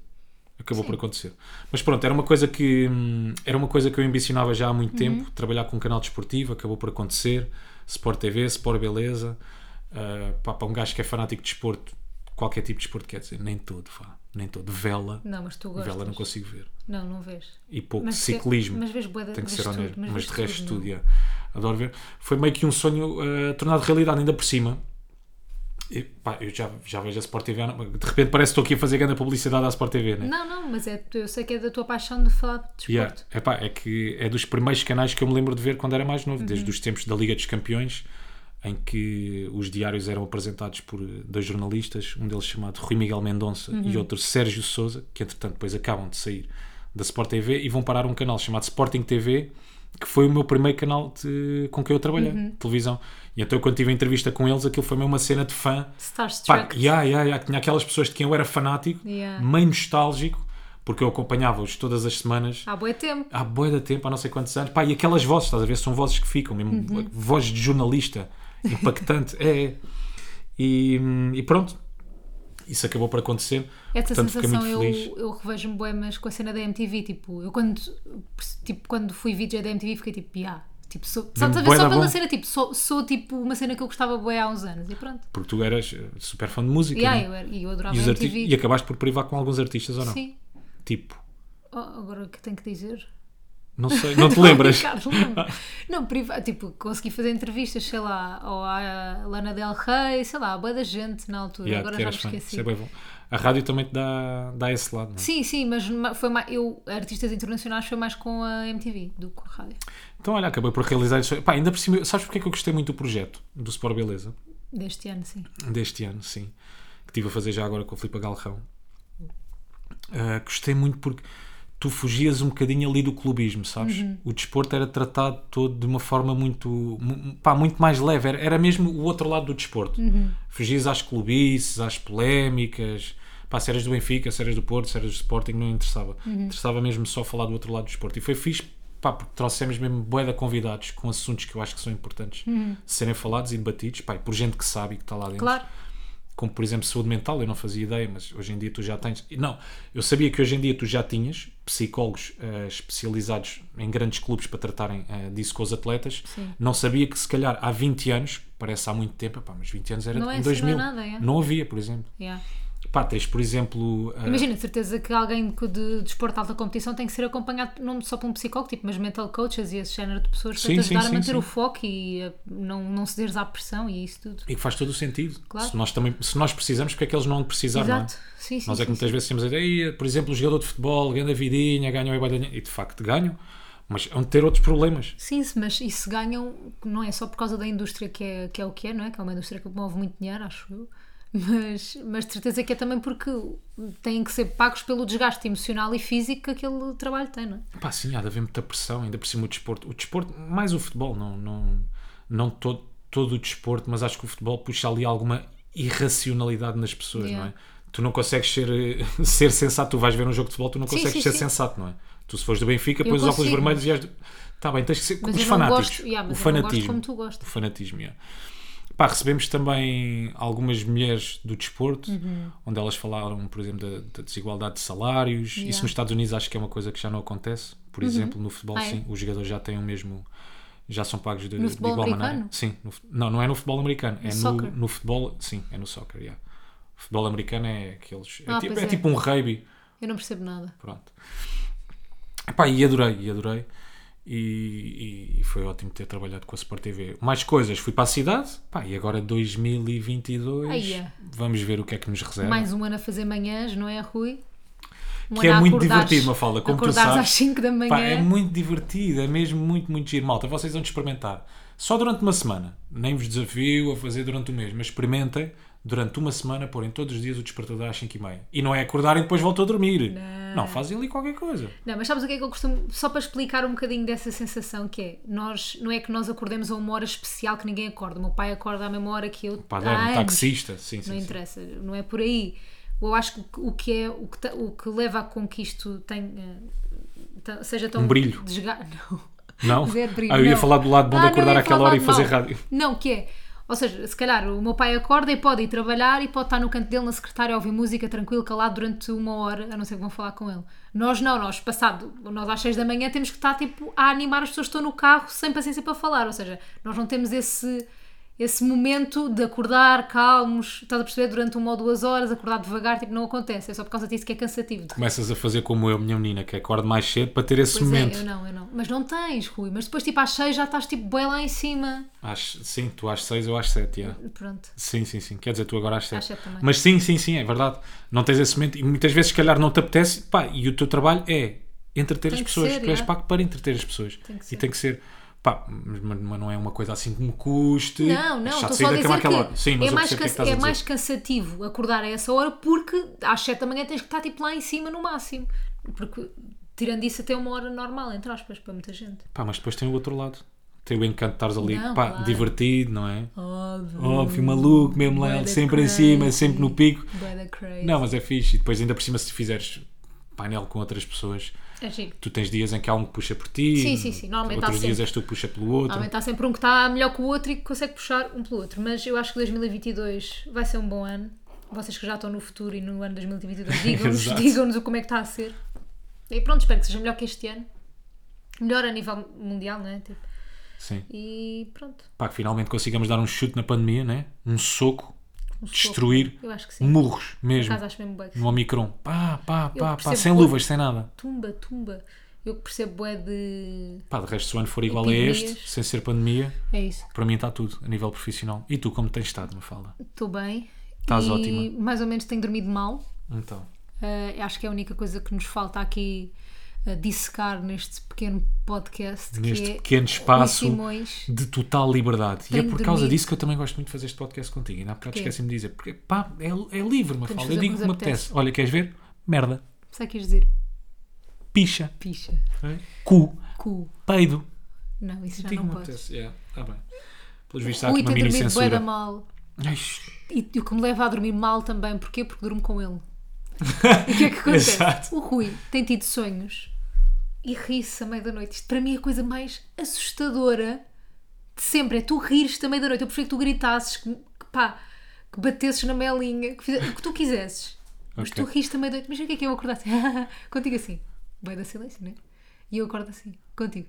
S2: Acabou
S1: Sim.
S2: por acontecer. Mas pronto, era uma coisa que hum, era uma coisa que eu ambicionava já há muito
S1: Uhum.
S2: tempo, trabalhar com um canal desportivo, acabou por acontecer. Sport TV, Sport Beleza. Ah, pá, para um gajo que é fanático de desporto, qualquer tipo de desporto, quer dizer, nem todo, vá, nem todo. Vela,
S1: Não, mas tu gostas.
S2: vela não consigo ver.
S1: Não, não vês.
S2: E pouco
S1: Mas se-
S2: ciclismo.
S1: mas vês bué de-
S2: Tenho que
S1: vês
S2: ser honesto,
S1: tudo, mas
S2: mas,
S1: vês
S2: de resto
S1: tudo,
S2: tudo, é. Adoro ver. Foi meio que um sonho eh, tornado realidade, ainda por cima. E, pá, eu já, já vejo a Sport TV. há- De repente parece que estou aqui a fazer grande publicidade à Sport TV, né?
S1: Não, não, mas é, eu sei que é da tua paixão de falar de desporto.
S2: Yeah. Epá, é que é dos primeiros canais que eu me lembro de ver quando era mais novo,
S1: Uhum.
S2: desde os tempos da Liga dos Campeões, em que os diários eram apresentados por eh, dois jornalistas, um deles chamado Rui Miguel Mendonça
S1: Uhum.
S2: e outro Sérgio Souza, que entretanto depois acabam de sair da Sport TV e vão parar um canal chamado Sporting TV, que foi o meu primeiro canal de- com que eu trabalhei,
S1: Uhum.
S2: televisão. E então quando tive a entrevista com eles, aquilo foi mesmo uma cena de fã. Pá,
S1: Starstruck.
S2: yeah, yeah, yeah, que tinha aquelas pessoas de quem eu era fanático,
S1: Yeah.
S2: meio nostálgico, porque eu acompanhava-os todas as semanas
S1: Há bué tempo.
S2: há boia de tempo, há não sei quantos anos, pá, e aquelas vozes, estás a ver, são vozes que ficam, mesmo
S1: Uhum.
S2: eh, voz de jornalista, impactante, é, é. E, hum, e pronto, isso acabou por acontecer,
S1: Essa
S2: portanto fiquei
S1: sensação
S2: muito
S1: eu,
S2: feliz.
S1: eu revejo-me bué, mas com a cena da MTV, tipo, eu quando, tipo, quando fui VJ da MTV fiquei tipo, yeah. Tipo, sou, só,
S2: Mesmo
S1: estás a ver,
S2: bué
S1: só
S2: da
S1: pela
S2: bom.
S1: cena, tipo, sou, sou tipo uma cena que eu gostava bué há uns anos e pronto.
S2: Porque tu eras eh, super fã de música,
S1: Yeah,
S2: né?
S1: eu era- e eu adorava
S2: e, os arti-
S1: MTV.
S2: e acabaste por privar com alguns artistas ou não?
S1: Sim.
S2: Tipo,
S1: Oh, agora o que tenho que dizer?
S2: não sei, não te lembras?
S1: Ricardo, lembro. não, priva... tipo, consegui fazer entrevistas, sei lá, ou à Lana Del Rey, sei lá, a boa da gente na altura,
S2: Yeah,
S1: agora
S2: que
S1: já me
S2: eras fã,
S1: esqueci.
S2: isso é bué bom. A rádio também te dá, dá esse lado, não é?
S1: Sim, sim, mas ma- foi mais, eu, artistas internacionais, foi mais com a MTV do que com a rádio.
S2: Então olha, acabei por realizar isso. Pá, ainda por cima, sabes porque é que eu gostei muito do projeto do Sport Beleza?
S1: Deste ano, sim.
S2: deste ano, sim, que estive a fazer já agora com o Filipe Galrão. Ah, gostei muito porque tu fugias um bocadinho ali do clubismo, sabes? O desporto era tratado todo de uma forma muito, mu- pá, muito mais leve, era, era mesmo o outro lado do desporto. Fugias às clubices, às polémicas, pá, se eras do Benfica, se eras do Porto, se eras do Sporting, não interessava. Interessava mesmo só falar do outro lado do desporto. E foi fixe, pá, porque trouxemos mesmo bué de convidados com assuntos que eu acho que são importantes de serem falados e debatidos, pá, e por gente que sabe e que está lá dentro
S1: Claro,
S2: como por exemplo saúde mental, eu não fazia ideia, mas hoje em dia tu já tens. Não, eu sabia que hoje em dia tu já tinhas psicólogos eh, especializados em grandes clubes para tratarem eh, disso com os atletas.
S1: Sim.
S2: Não sabia que se calhar há 20 anos, parece há muito tempo, epá, mas 20 anos era
S1: Não é
S2: em
S1: assim, não é
S2: 2000.
S1: nada, é.
S2: Não havia, por exemplo.
S1: yeah.
S2: Pá, tens, por exemplo. ah,
S1: Imagina, de certeza que alguém de, de desporto de alta competição tem que ser acompanhado não só por um psicólogo, tipo, mas mental coaches e esse género de pessoas para
S2: Sim,
S1: te
S2: sim,
S1: ajudar a
S2: sim,
S1: manter
S2: sim.
S1: o foco e a não, não cederes à pressão e isso tudo.
S2: E que faz todo o sentido.
S1: Claro.
S2: Se, nós também, se nós precisamos, porque é que eles não precisaram, não é?
S1: Exato. Sim, sim.
S2: Nós é que
S1: sim,
S2: muitas vezes temos a ideia, por exemplo, o jogador de futebol ganha vidinha, ganha o Ibadinha, e de facto ganham, mas vão ter outros problemas.
S1: Sim, se- mas isso ganham, não é só por causa da indústria que é, que é o que é, não é? Que é uma indústria que move muito dinheiro, acho eu. Mas, mas de certeza que é também porque têm que ser pagos pelo desgaste emocional e físico que aquele trabalho tem, não é?
S2: Pá, sim, há de haver muita pressão, ainda por cima o desporto. O desporto, mais o futebol, não, não, não todo, todo o desporto, mas acho que o futebol puxa ali alguma irracionalidade nas pessoas,
S1: Yeah.
S2: não é? Tu não consegues ser, eh, ser sensato, tu vais ver um jogo de futebol, tu não
S1: Sim,
S2: consegues
S1: sim,
S2: ser
S1: sim.
S2: sensato, não é? Tu se fores do Benfica, pões os óculos
S1: consigo.
S2: vermelhos e és... Está bem, tens que ser como
S1: Mas
S2: os
S1: eu não
S2: fanáticos.
S1: gosto, yeah,
S2: o
S1: mas eu não gosto
S2: fanatismo.
S1: como tu gostas.
S2: O fanatismo, yeah. Pá, recebemos também algumas mulheres do desporto,
S1: Uhum.
S2: onde elas falaram, por exemplo, da, da desigualdade de salários. Isso nos Estados Unidos acho que é uma coisa que já não acontece. Por exemplo, no futebol,
S1: Ah, é?
S2: sim, os jogadores já têm o mesmo. Já são pagos de,
S1: No
S2: de
S1: futebol
S2: igual maneira.
S1: americano?
S2: Sim, no fu- não, não é no futebol americano. é no,
S1: soccer?
S2: no futebol. Sim, é no soccer, yeah. O futebol americano é aqueles. é
S1: Ah,
S2: tipo-
S1: pois
S2: é
S1: é.
S2: tipo um rugby.
S1: Eu não percebo nada.
S2: Pronto. Epá, e adorei, e adorei. E, e- e foi ótimo ter trabalhado com a Sport TV. Mais coisas, fui para a cidade. Pá, e agora 2022.
S1: Aia.
S2: Vamos ver o que é que nos reserva.
S1: Mais um ano a fazer manhãs, não é, Rui? Um
S2: Que
S1: ano
S2: é
S1: a
S2: muito
S1: acordares-
S2: divertido, Mafalda, como tu
S1: acordares
S2: sabes.
S1: às 5 da manhã.
S2: Pá, é muito divertido, é mesmo muito, muito giro. Malta, vocês vão de experimentar. Só durante uma semana. Nem vos desafio a fazer durante o mês, mas experimentem durante uma semana porem todos os dias o despertador às 5h30. E não é acordarem e depois voltam a dormir. Não, fazem ali qualquer coisa.
S1: Não, mas sabes o que é que eu costumo. Só para explicar um bocadinho dessa sensação que é. Nós, não é que nós acordemos a uma hora especial que ninguém acorda. O meu pai acorda à mesma hora que eu.
S2: Padeiro,
S1: há anos.
S2: um taxista, sim,
S1: Não
S2: sim, sim.
S1: interessa, não é por aí. Eu acho que o que é o que, ta- o que leva a com que isto tenha, ta- seja tão
S2: Um brilho.
S1: desga- Não.
S2: Não?
S1: Zero brilho,
S2: Ah, eu ia
S1: não.
S2: falar do lado bom
S1: Ah,
S2: de
S1: não, eu
S2: acordar
S1: ia
S2: àquela
S1: falar
S2: hora e
S1: do
S2: fazer
S1: mau.
S2: rádio.
S1: Não, que é. Ou seja, se calhar o meu pai acorda e pode ir trabalhar e pode estar no canto dele na secretária a ouvir música tranquilo, calado durante uma hora, a não ser que vão falar com ele. Nós não, nós passado, nós às seis da manhã temos que estar tipo a animar as pessoas que estão no carro sem paciência para falar. Ou seja, nós não temos esse, esse momento de acordar calmos, estás a perceber, durante uma ou duas horas, acordar devagar, tipo, não acontece. É só por causa disso que é cansativo.
S2: Começas a fazer como eu, minha menina, que acorda mais cedo para ter esse
S1: Pois
S2: momento.
S1: é, eu não, eu não. Mas não tens, Rui. Mas depois, tipo, às seis já estás tipo bem lá em cima.
S2: Às- sim, tu às seis eu às sete já.
S1: Pronto.
S2: Sim, sim, sim. Quer dizer, tu agora às
S1: Às
S2: sete
S1: sete também.
S2: Mas sim, sim, sim, é verdade. Não tens esse momento e muitas vezes, se calhar, não te apetece. Pá, e o teu trabalho é entreter
S1: Tem
S2: as
S1: que
S2: pessoas.
S1: ser,
S2: tu és
S1: já.
S2: pago para entreter as pessoas.
S1: Tem que
S2: e
S1: ser.
S2: tem que ser. Pá, mas, mas não é uma coisa assim que me custe.
S1: Não, não,
S2: É chato
S1: estou só
S2: sair
S1: a
S2: da
S1: dizer
S2: cama àquela
S1: que
S2: hora. Sim, mas
S1: é, mais,
S2: eu percebo o que é que
S1: cansa-
S2: estás a
S1: é
S2: dizer.
S1: mais cansativo acordar a essa hora porque às 7 da manhã tens que estar tipo lá em cima no máximo. Porque tirando isso até uma hora normal, entre aspas, para muita gente.
S2: Pá, mas depois tem o outro lado. Tem o encanto de estares ali,
S1: Não,
S2: pá,
S1: claro.
S2: divertido, não é?
S1: Óbvio.
S2: Óbvio, maluco, mesmo lá,
S1: Bué da
S2: sempre em
S1: crazy.
S2: cima, sempre no pico.
S1: Bué da crazy.
S2: Não, mas é fixe. E depois, ainda por cima, se fizeres painel com outras pessoas,
S1: É giro.
S2: tu tens dias em que há um que puxa por ti,
S1: Sim, sim, sim. Normalmente
S2: outros
S1: há
S2: dias
S1: sempre.
S2: és tu que puxa pelo outro.
S1: Normalmente há sempre um que está melhor que o outro e que consegue puxar um pelo outro. Mas eu acho que 2022 vai ser um bom ano. Vocês que já estão no futuro e no ano 2022, digam-nos
S2: Exato.
S1: digam como é que está a ser. E pronto, espero que seja melhor que este ano. Melhor a nível mundial, não é? Tipo,
S2: Sim.
S1: e pronto.
S2: Pá, que finalmente consigamos dar um chute na pandemia, né? Um soco,
S1: um soco.
S2: destruir
S1: Eu acho que sim.
S2: murros mesmo
S1: Caso acho mesmo bué que sim.
S2: no Omicron. Pá, pá,
S1: que
S2: pá, pá,
S1: percebo
S2: sem
S1: pouco.
S2: luvas, sem nada.
S1: Tumba, tumba. Eu que percebo bué de.
S2: Pá, de resto, se o ano for igual a este,
S1: Epidemias.
S2: sem ser pandemia,
S1: É isso.
S2: para mim está tudo, a nível profissional. E tu, como tens estado, me fala?
S1: Estou bem.
S2: Estás
S1: e
S2: ótima.
S1: Mais ou menos tenho dormido mal.
S2: Então.
S1: Uh, acho que é a única coisa que nos falta aqui uh, dissecar neste pequeno podcast
S2: neste
S1: que é
S2: pequeno
S1: Rui
S2: espaço
S1: Simões.
S2: de total liberdade.
S1: Tenho
S2: e é por
S1: de
S2: causa
S1: dormir.
S2: disso que eu também gosto muito de fazer este podcast contigo. Ainda há bocado
S1: Porquê?
S2: esqueci-me de dizer. Porque, pá, é, é livre, uma fala.
S1: fazer
S2: Eu
S1: o
S2: digo
S1: que
S2: que
S1: nos
S2: me apetece. Olha, queres ver? Merda.
S1: Sabe o que ias dizer?
S2: Picha.
S1: Picha.
S2: Cu.
S1: Cu.
S2: Peido.
S1: Não, isso já
S2: Digo
S1: não
S2: que me
S1: pode.
S2: apetece. Yeah, tá bem. Pelos vistos há aqui
S1: Rui
S2: uma
S1: tem
S2: mini
S1: dormido bué da
S2: censura.
S1: mal.
S2: Ai,
S1: E, e o que me leva a dormir mal também. Porquê? Porque durmo com ele. E o que é que acontece?
S2: Exato.
S1: O Rui tem tido sonhos e ri-se à meia-da-noite. Isto para mim é a coisa mais assustadora de sempre. É tu rires da meia-da-noite. Eu prefiro que tu gritasses, que, que pá, que batesses na melinha, que fizesse, o que tu quisesses. Mas
S2: Ok.
S1: tu rires da meia-da-noite. Imagina o que é que eu acordasse. Contigo assim. Bem da silêncio, não é? E eu acordo assim, contigo.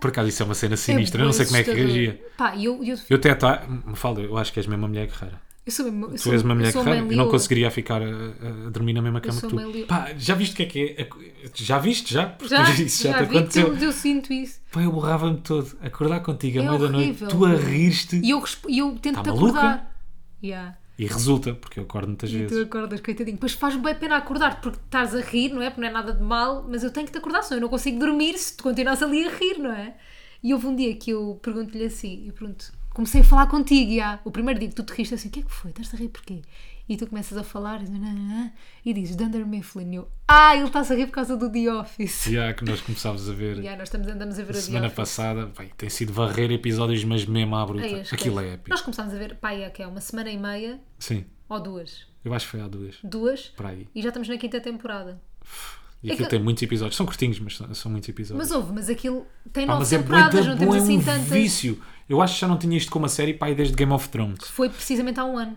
S2: Por acaso isso é uma cena sinistra.
S1: É
S2: eu não
S1: bué
S2: sei como é que
S1: assustador.
S2: reagia.
S1: Pá, e eu, eu
S2: Eu até tá, me fala, eu acho que és mesmo uma mulher guerreira.
S1: Eu sou mesmo.
S2: Tu és uma mulher que raro. Eu não
S1: conseguia
S2: conseguiria ficar a, a dormir na mesma cama que
S1: sou meio
S2: tu.
S1: lio-
S2: Pá, já viste o que é que é? A- Já viste? Já? Porque
S1: Já,
S2: isso já,
S1: já,
S2: te
S1: vi que
S2: aconteceu.
S1: eu, eu sinto isso.
S2: Pá, eu borrava-me todo. Acordar contigo à
S1: É
S2: meia da noite,
S1: horrível.
S2: tu a rir-te.
S1: E eu, resp- e eu tento
S2: Tá
S1: te
S2: maluca?
S1: acordar. Yeah.
S2: E resulta, porque eu acordo muitas
S1: E
S2: vezes.
S1: tu acordas, coitadinho. Depois faz-me bem pena acordar, porque estás a rir, não é? Porque não é nada de mal, mas eu tenho que te acordar, senão eu não consigo dormir se tu continuas ali a rir, não é? E houve um dia que eu pergunto-lhe assim, e pronto, comecei a falar contigo, já. O primeiro dia que tu te riste assim, o que é que foi? Estás a rir porquê? E tu começas a falar, e, nananã, e dizes, Dunder Mifflin, e eu, ah, ele está a rir por causa do The Office.
S2: Já que nós começámos a ver
S1: Já, nós estamos, andamos a ver
S2: a
S1: o The
S2: semana
S1: Office.
S2: passada. Bem, tem sido varrer episódios, mas mesmo à bruta.
S1: Ei, as
S2: Aquilo
S1: coisas.
S2: é épico.
S1: Nós começámos a ver, pá, é que é uma semana e meia,
S2: Sim,
S1: ou duas.
S2: eu acho que foi há duas.
S1: Duas,
S2: Para aí.
S1: e já estamos na quinta temporada.
S2: E aquilo
S1: Aquilo-
S2: tem muitos episódios. São curtinhos, mas são, são muitos episódios.
S1: É Mas houve, mas aquilo tem
S2: Pá,
S1: nove
S2: mas é bué
S1: temporadas,
S2: da
S1: não
S2: bom,
S1: temos
S2: é
S1: assim
S2: um
S1: tantas.
S2: vício. Eu acho que já não tinha isto como uma série, pai, desde Game of Thrones.
S1: Foi precisamente há um ano.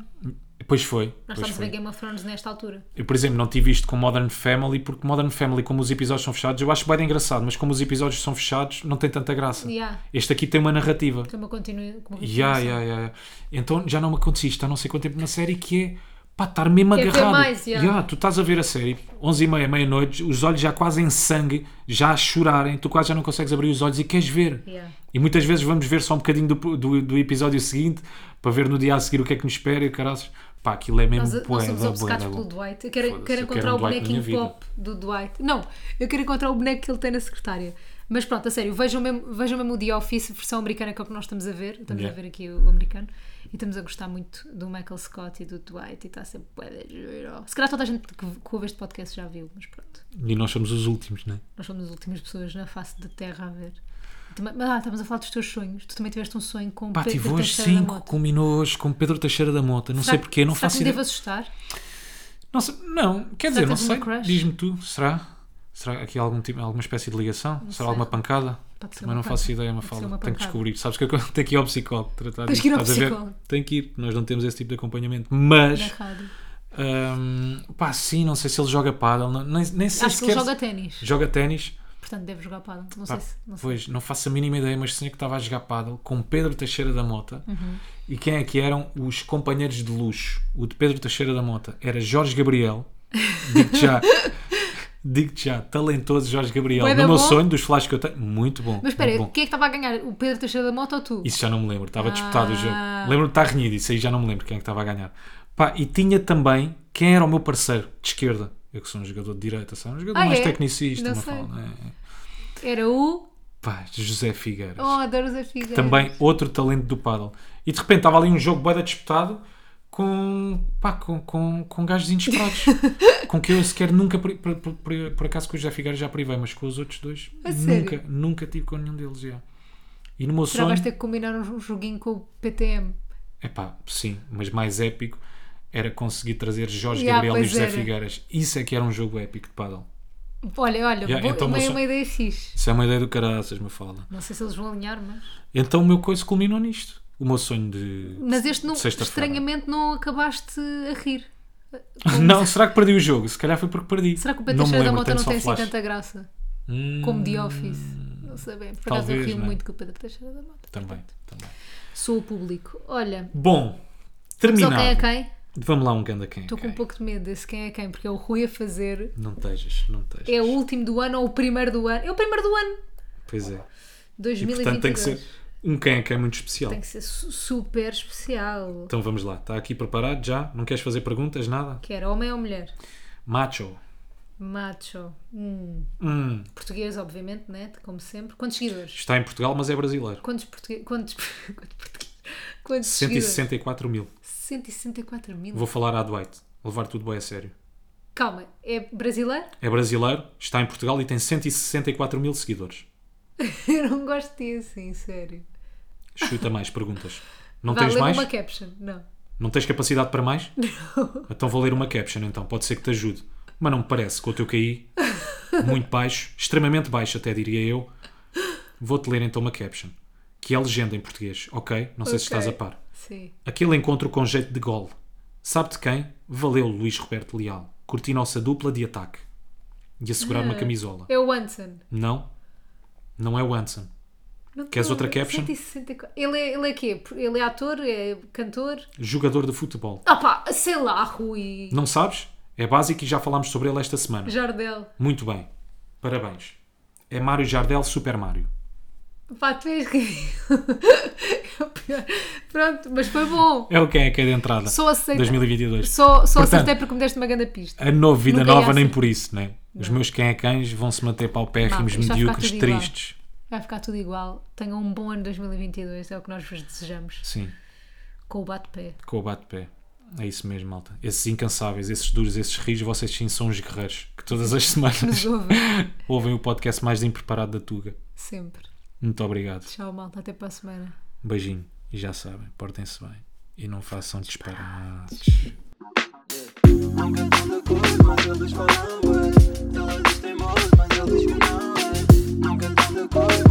S2: Pois foi.
S1: Nós
S2: pois
S1: estamos a
S2: foi.
S1: ver Game of Thrones nesta altura.
S2: Eu, por exemplo, não tive isto com Modern Family, porque Modern Family, como os episódios são fechados, eu acho bem engraçado, mas como os episódios são fechados, não tem tanta graça.
S1: Yeah.
S2: Este aqui tem uma narrativa.
S1: Então eu continuo com uma
S2: Ah. Yeah,
S1: continuação.
S2: yeah, yeah. Então já não me acontece isto há não sei quanto tempo na série que é pá, estar mesmo
S1: Quer ver
S2: agarrado.
S1: mais, yeah.
S2: tu estás a ver a série, 11h30, meia-noite, os olhos já quase em sangue, já a chorarem, tu quase já não consegues abrir os olhos e queres ver.
S1: Yeah.
S2: E muitas vezes vamos ver só um bocadinho do, do, do episódio seguinte para ver no dia a seguir o que é que nos espera e o caraças. Pá, aquilo é mesmo
S1: Nós, nós
S2: bué,
S1: somos
S2: da
S1: obcecados
S2: bué, da
S1: pelo
S2: bom.
S1: Dwight. Eu quero,
S2: Foda-se,
S1: quero
S2: eu quero
S1: encontrar
S2: um
S1: o
S2: Dwight na
S1: bonequinho
S2: minha vida.
S1: pop do Dwight. Não, eu quero encontrar o boneco que ele tem na secretária. Mas pronto, a sério, vejam mesmo, vejam mesmo o The Office, versão americana, que é o que nós estamos a ver. Estamos
S2: Yeah.
S1: a ver aqui o americano. E estamos a gostar muito do Michael Scott e do Dwight. E está sempre bué de giro. Se calhar toda a gente que, que ouve este podcast já viu, mas pronto.
S2: E nós somos os últimos, não é?
S1: Nós somos as últimas pessoas na face da Terra a ver. Também- mas ah, estamos a falar dos teus sonhos. Tu também tiveste um sonho com o
S2: Pá,
S1: Pedro
S2: tive hoje
S1: Teixeira da
S2: 5,
S1: Mota.
S2: combinou hoje com Pedro Teixeira da Mota. Não
S1: Será
S2: sei porquê,
S1: será
S2: não
S1: que
S2: faço
S1: me
S2: ideia.
S1: devo assustar?
S2: Não, sei- não, quer dizer,
S1: que
S2: não
S1: tens uma
S2: sei.
S1: crush?
S2: Diz-me tu, será? Será aqui algum tipo, alguma espécie de ligação? será
S1: sei.
S2: alguma pancada?
S1: Pode ser uma
S2: Também não faço
S1: pancada.
S2: ideia, uma
S1: Pode ser
S2: fala.
S1: uma
S2: Tenho que
S1: pancada.
S2: descobrir. Sabes que eu tenho que ir ao psicólogo tratar
S1: Tens
S2: disto,
S1: que ir ao
S2: estás a ver?
S1: psicólogo.
S2: Tenho que ir, nós não temos esse tipo de acompanhamento.
S1: Na
S2: Mas,
S1: rádio.
S2: hum, pá, sim, não sei se ele joga pádel, não- nem, nem sei
S1: Acho
S2: se
S1: que ele
S2: quer-
S1: joga ténis.
S2: Joga ténis.
S1: Portanto, deve jogar pádel. Não sei
S2: Pá,
S1: se... Não sei.
S2: Pois, não faço a mínima ideia, mas tinha que estava a jogar pádel com Pedro Teixeira da Mota.
S1: Uhum.
S2: E quem é que eram os companheiros de luxo? O de Pedro Teixeira da Mota era Jorge Gabriel. Digo-te já. Digo-te já, talentoso Jorge Gabriel.
S1: Bué
S2: No
S1: da
S2: meu
S1: bom?
S2: sonho, dos flashes que eu tenho, muito bom.
S1: Mas espera,
S2: muito bom.
S1: quem é que estava a ganhar? O Pedro Teixeira da Mota ou tu?
S2: Isso já não me lembro, estava disputado o jogo.
S1: Ah.
S2: Lembro-me de estar renhido, isso aí já não me lembro quem é que estava a ganhar. Pá, e tinha também quem era o meu parceiro de esquerda. Eu que sou um jogador de direita, sou um jogador
S1: Ah,
S2: mais
S1: é?
S2: tecnicista,
S1: Não
S2: uma
S1: sei.
S2: fala, não é?
S1: Era o...
S2: Pá, José Figueiras.
S1: Oh, adoro os Figueiras.
S2: É. também outro talento do paddle. E de repente estava ali um jogo bem disputado com, pá, com, com, com gajos inesperados. com que eu sequer nunca, pri- por, por- por- por acaso com o José Figueiredo já privei, mas com os outros dois
S1: A
S2: nunca,
S1: sério?
S2: nunca tive com nenhum deles. Já. E no meu
S1: Será que
S2: sonho,
S1: vais ter que combinar um joguinho com o PTM?
S2: é pá, sim, mas mais épico era conseguir trazer Jorge
S1: Yeah,
S2: Gabriel e
S1: pois
S2: José
S1: era.
S2: Figueiras. Isso é que era um jogo épico de paddle.
S1: Olha, olha,
S2: Yeah,
S1: boa-
S2: então,
S1: uma,
S2: mas-
S1: uma ideia fixe.
S2: Isso é uma ideia do caraças, me fala.
S1: Não sei se eles vão alinhar, mas...
S2: Então o meu coisa culminou nisto. O meu sonho de.
S1: Mas este não,
S2: de sexta-feira.
S1: estranhamente não acabaste a rir.
S2: Não, será que perdi o jogo? Se calhar foi porque perdi.
S1: Será que o
S2: Não
S1: Pedro
S2: me
S1: da
S2: lembro,
S1: Mota
S2: tenho
S1: não
S2: só
S1: tem assim
S2: flash.
S1: tanta graça
S2: Hum,
S1: como The Office? Não sabemos. Por acaso eu
S2: talvez,
S1: rio
S2: não é?
S1: muito com o Pedro Teixeira da Mota.
S2: Também, também.
S1: Sou o público. Olha,
S2: Bom,
S1: só
S2: terminado.
S1: quem é quem?
S2: Vamos lá um ganda quem é
S1: Estou com
S2: quem.
S1: um pouco de medo desse quem é quem, porque é o Rui a fazer.
S2: Não tejas, não tejas.
S1: É o último do ano ou o primeiro do ano? É o primeiro do ano!
S2: Pois é. E
S1: 2022.
S2: portanto tem que ser um quem é quem muito especial.
S1: Tem que ser su- super especial.
S2: Então vamos lá. Está aqui preparado já? Não queres fazer perguntas? Nada?
S1: Que era homem ou mulher?
S2: Macho.
S1: Macho. Hum.
S2: Hum,
S1: Português, obviamente, né? Como sempre. Quantos seguidores?
S2: está em Portugal, mas é brasileiro.
S1: Quantos portugueses? Quantos, quantos portugueses? Quantos
S2: 164 mil.
S1: seguidores? 164 mil.
S2: Vou falar à Dwight. Levar tudo bem a sério.
S1: Calma, é brasileiro?
S2: É brasileiro, está em Portugal e tem 164 mil seguidores.
S1: Eu não gosto de assim, sério.
S2: Chuta mais perguntas. Não
S1: Vá,
S2: tens
S1: lê
S2: mais?
S1: uma caption. Não.
S2: Não tens capacidade para mais? Então vou ler uma caption, então. Pode ser que te ajude. Mas não me parece, com o teu KI, muito baixo, extremamente baixo até diria eu. Vou-te ler então uma caption, que é legenda em português, ok? Não sei se
S1: Ok.
S2: estás a par.
S1: Sim.
S2: Aquele encontro com jeito de gol. Sabe de quem? Valeu Luís Roberto Leal. Curti nossa dupla de ataque. E assegurar uma camisola.
S1: É o Anson.
S2: Não, não é o Anson.
S1: Não te
S2: Queres outra
S1: lembro.
S2: caption?
S1: 164. Ele, é- ele é quê? Ele é ator? É cantor?
S2: Jogador de futebol.
S1: Ah pá, sei lá, Rui.
S2: Não sabes? É básico e já falámos sobre ele esta semana.
S1: Jardel.
S2: Muito bem. Parabéns. É Mário Jardel Super Mário.
S1: Pá, tu és ridículo. É o pior. Pronto, mas foi bom.
S2: É o que é que é de entrada.
S1: Só aceito-
S2: 2022.
S1: Só, só
S2: Portanto,
S1: acertei porque me deste uma grande pista.
S2: A novo vida
S1: Nunca ia assim.
S2: nova nem
S1: acertar.
S2: por isso, né? Os meus quem é cães vão se manter paupérrimos,
S1: Não, isto vai ficar
S2: medíocres,
S1: tudo igual.
S2: tristes.
S1: Vai ficar tudo igual. Tenham um bom ano 2022, é o que nós vos desejamos.
S2: Sim,
S1: Com o bate-pé.
S2: com o bate-pé. É isso mesmo, malta. Esses incansáveis, esses duros, esses rios, vocês sim são os guerreiros que todas as semanas
S1: Nos ouvem
S2: ouvem o podcast mais impreparado da Tuga.
S1: sempre.
S2: Muito obrigado.
S1: Tchau, malta. Até para a semana.
S2: Beijinho. E já sabem, portem-se bem. E não façam disparates.
S3: Nunca tanta coisa, mas eles falaram bué. Elas dizem moço, mas eles que não é. Nunca tanta coisa,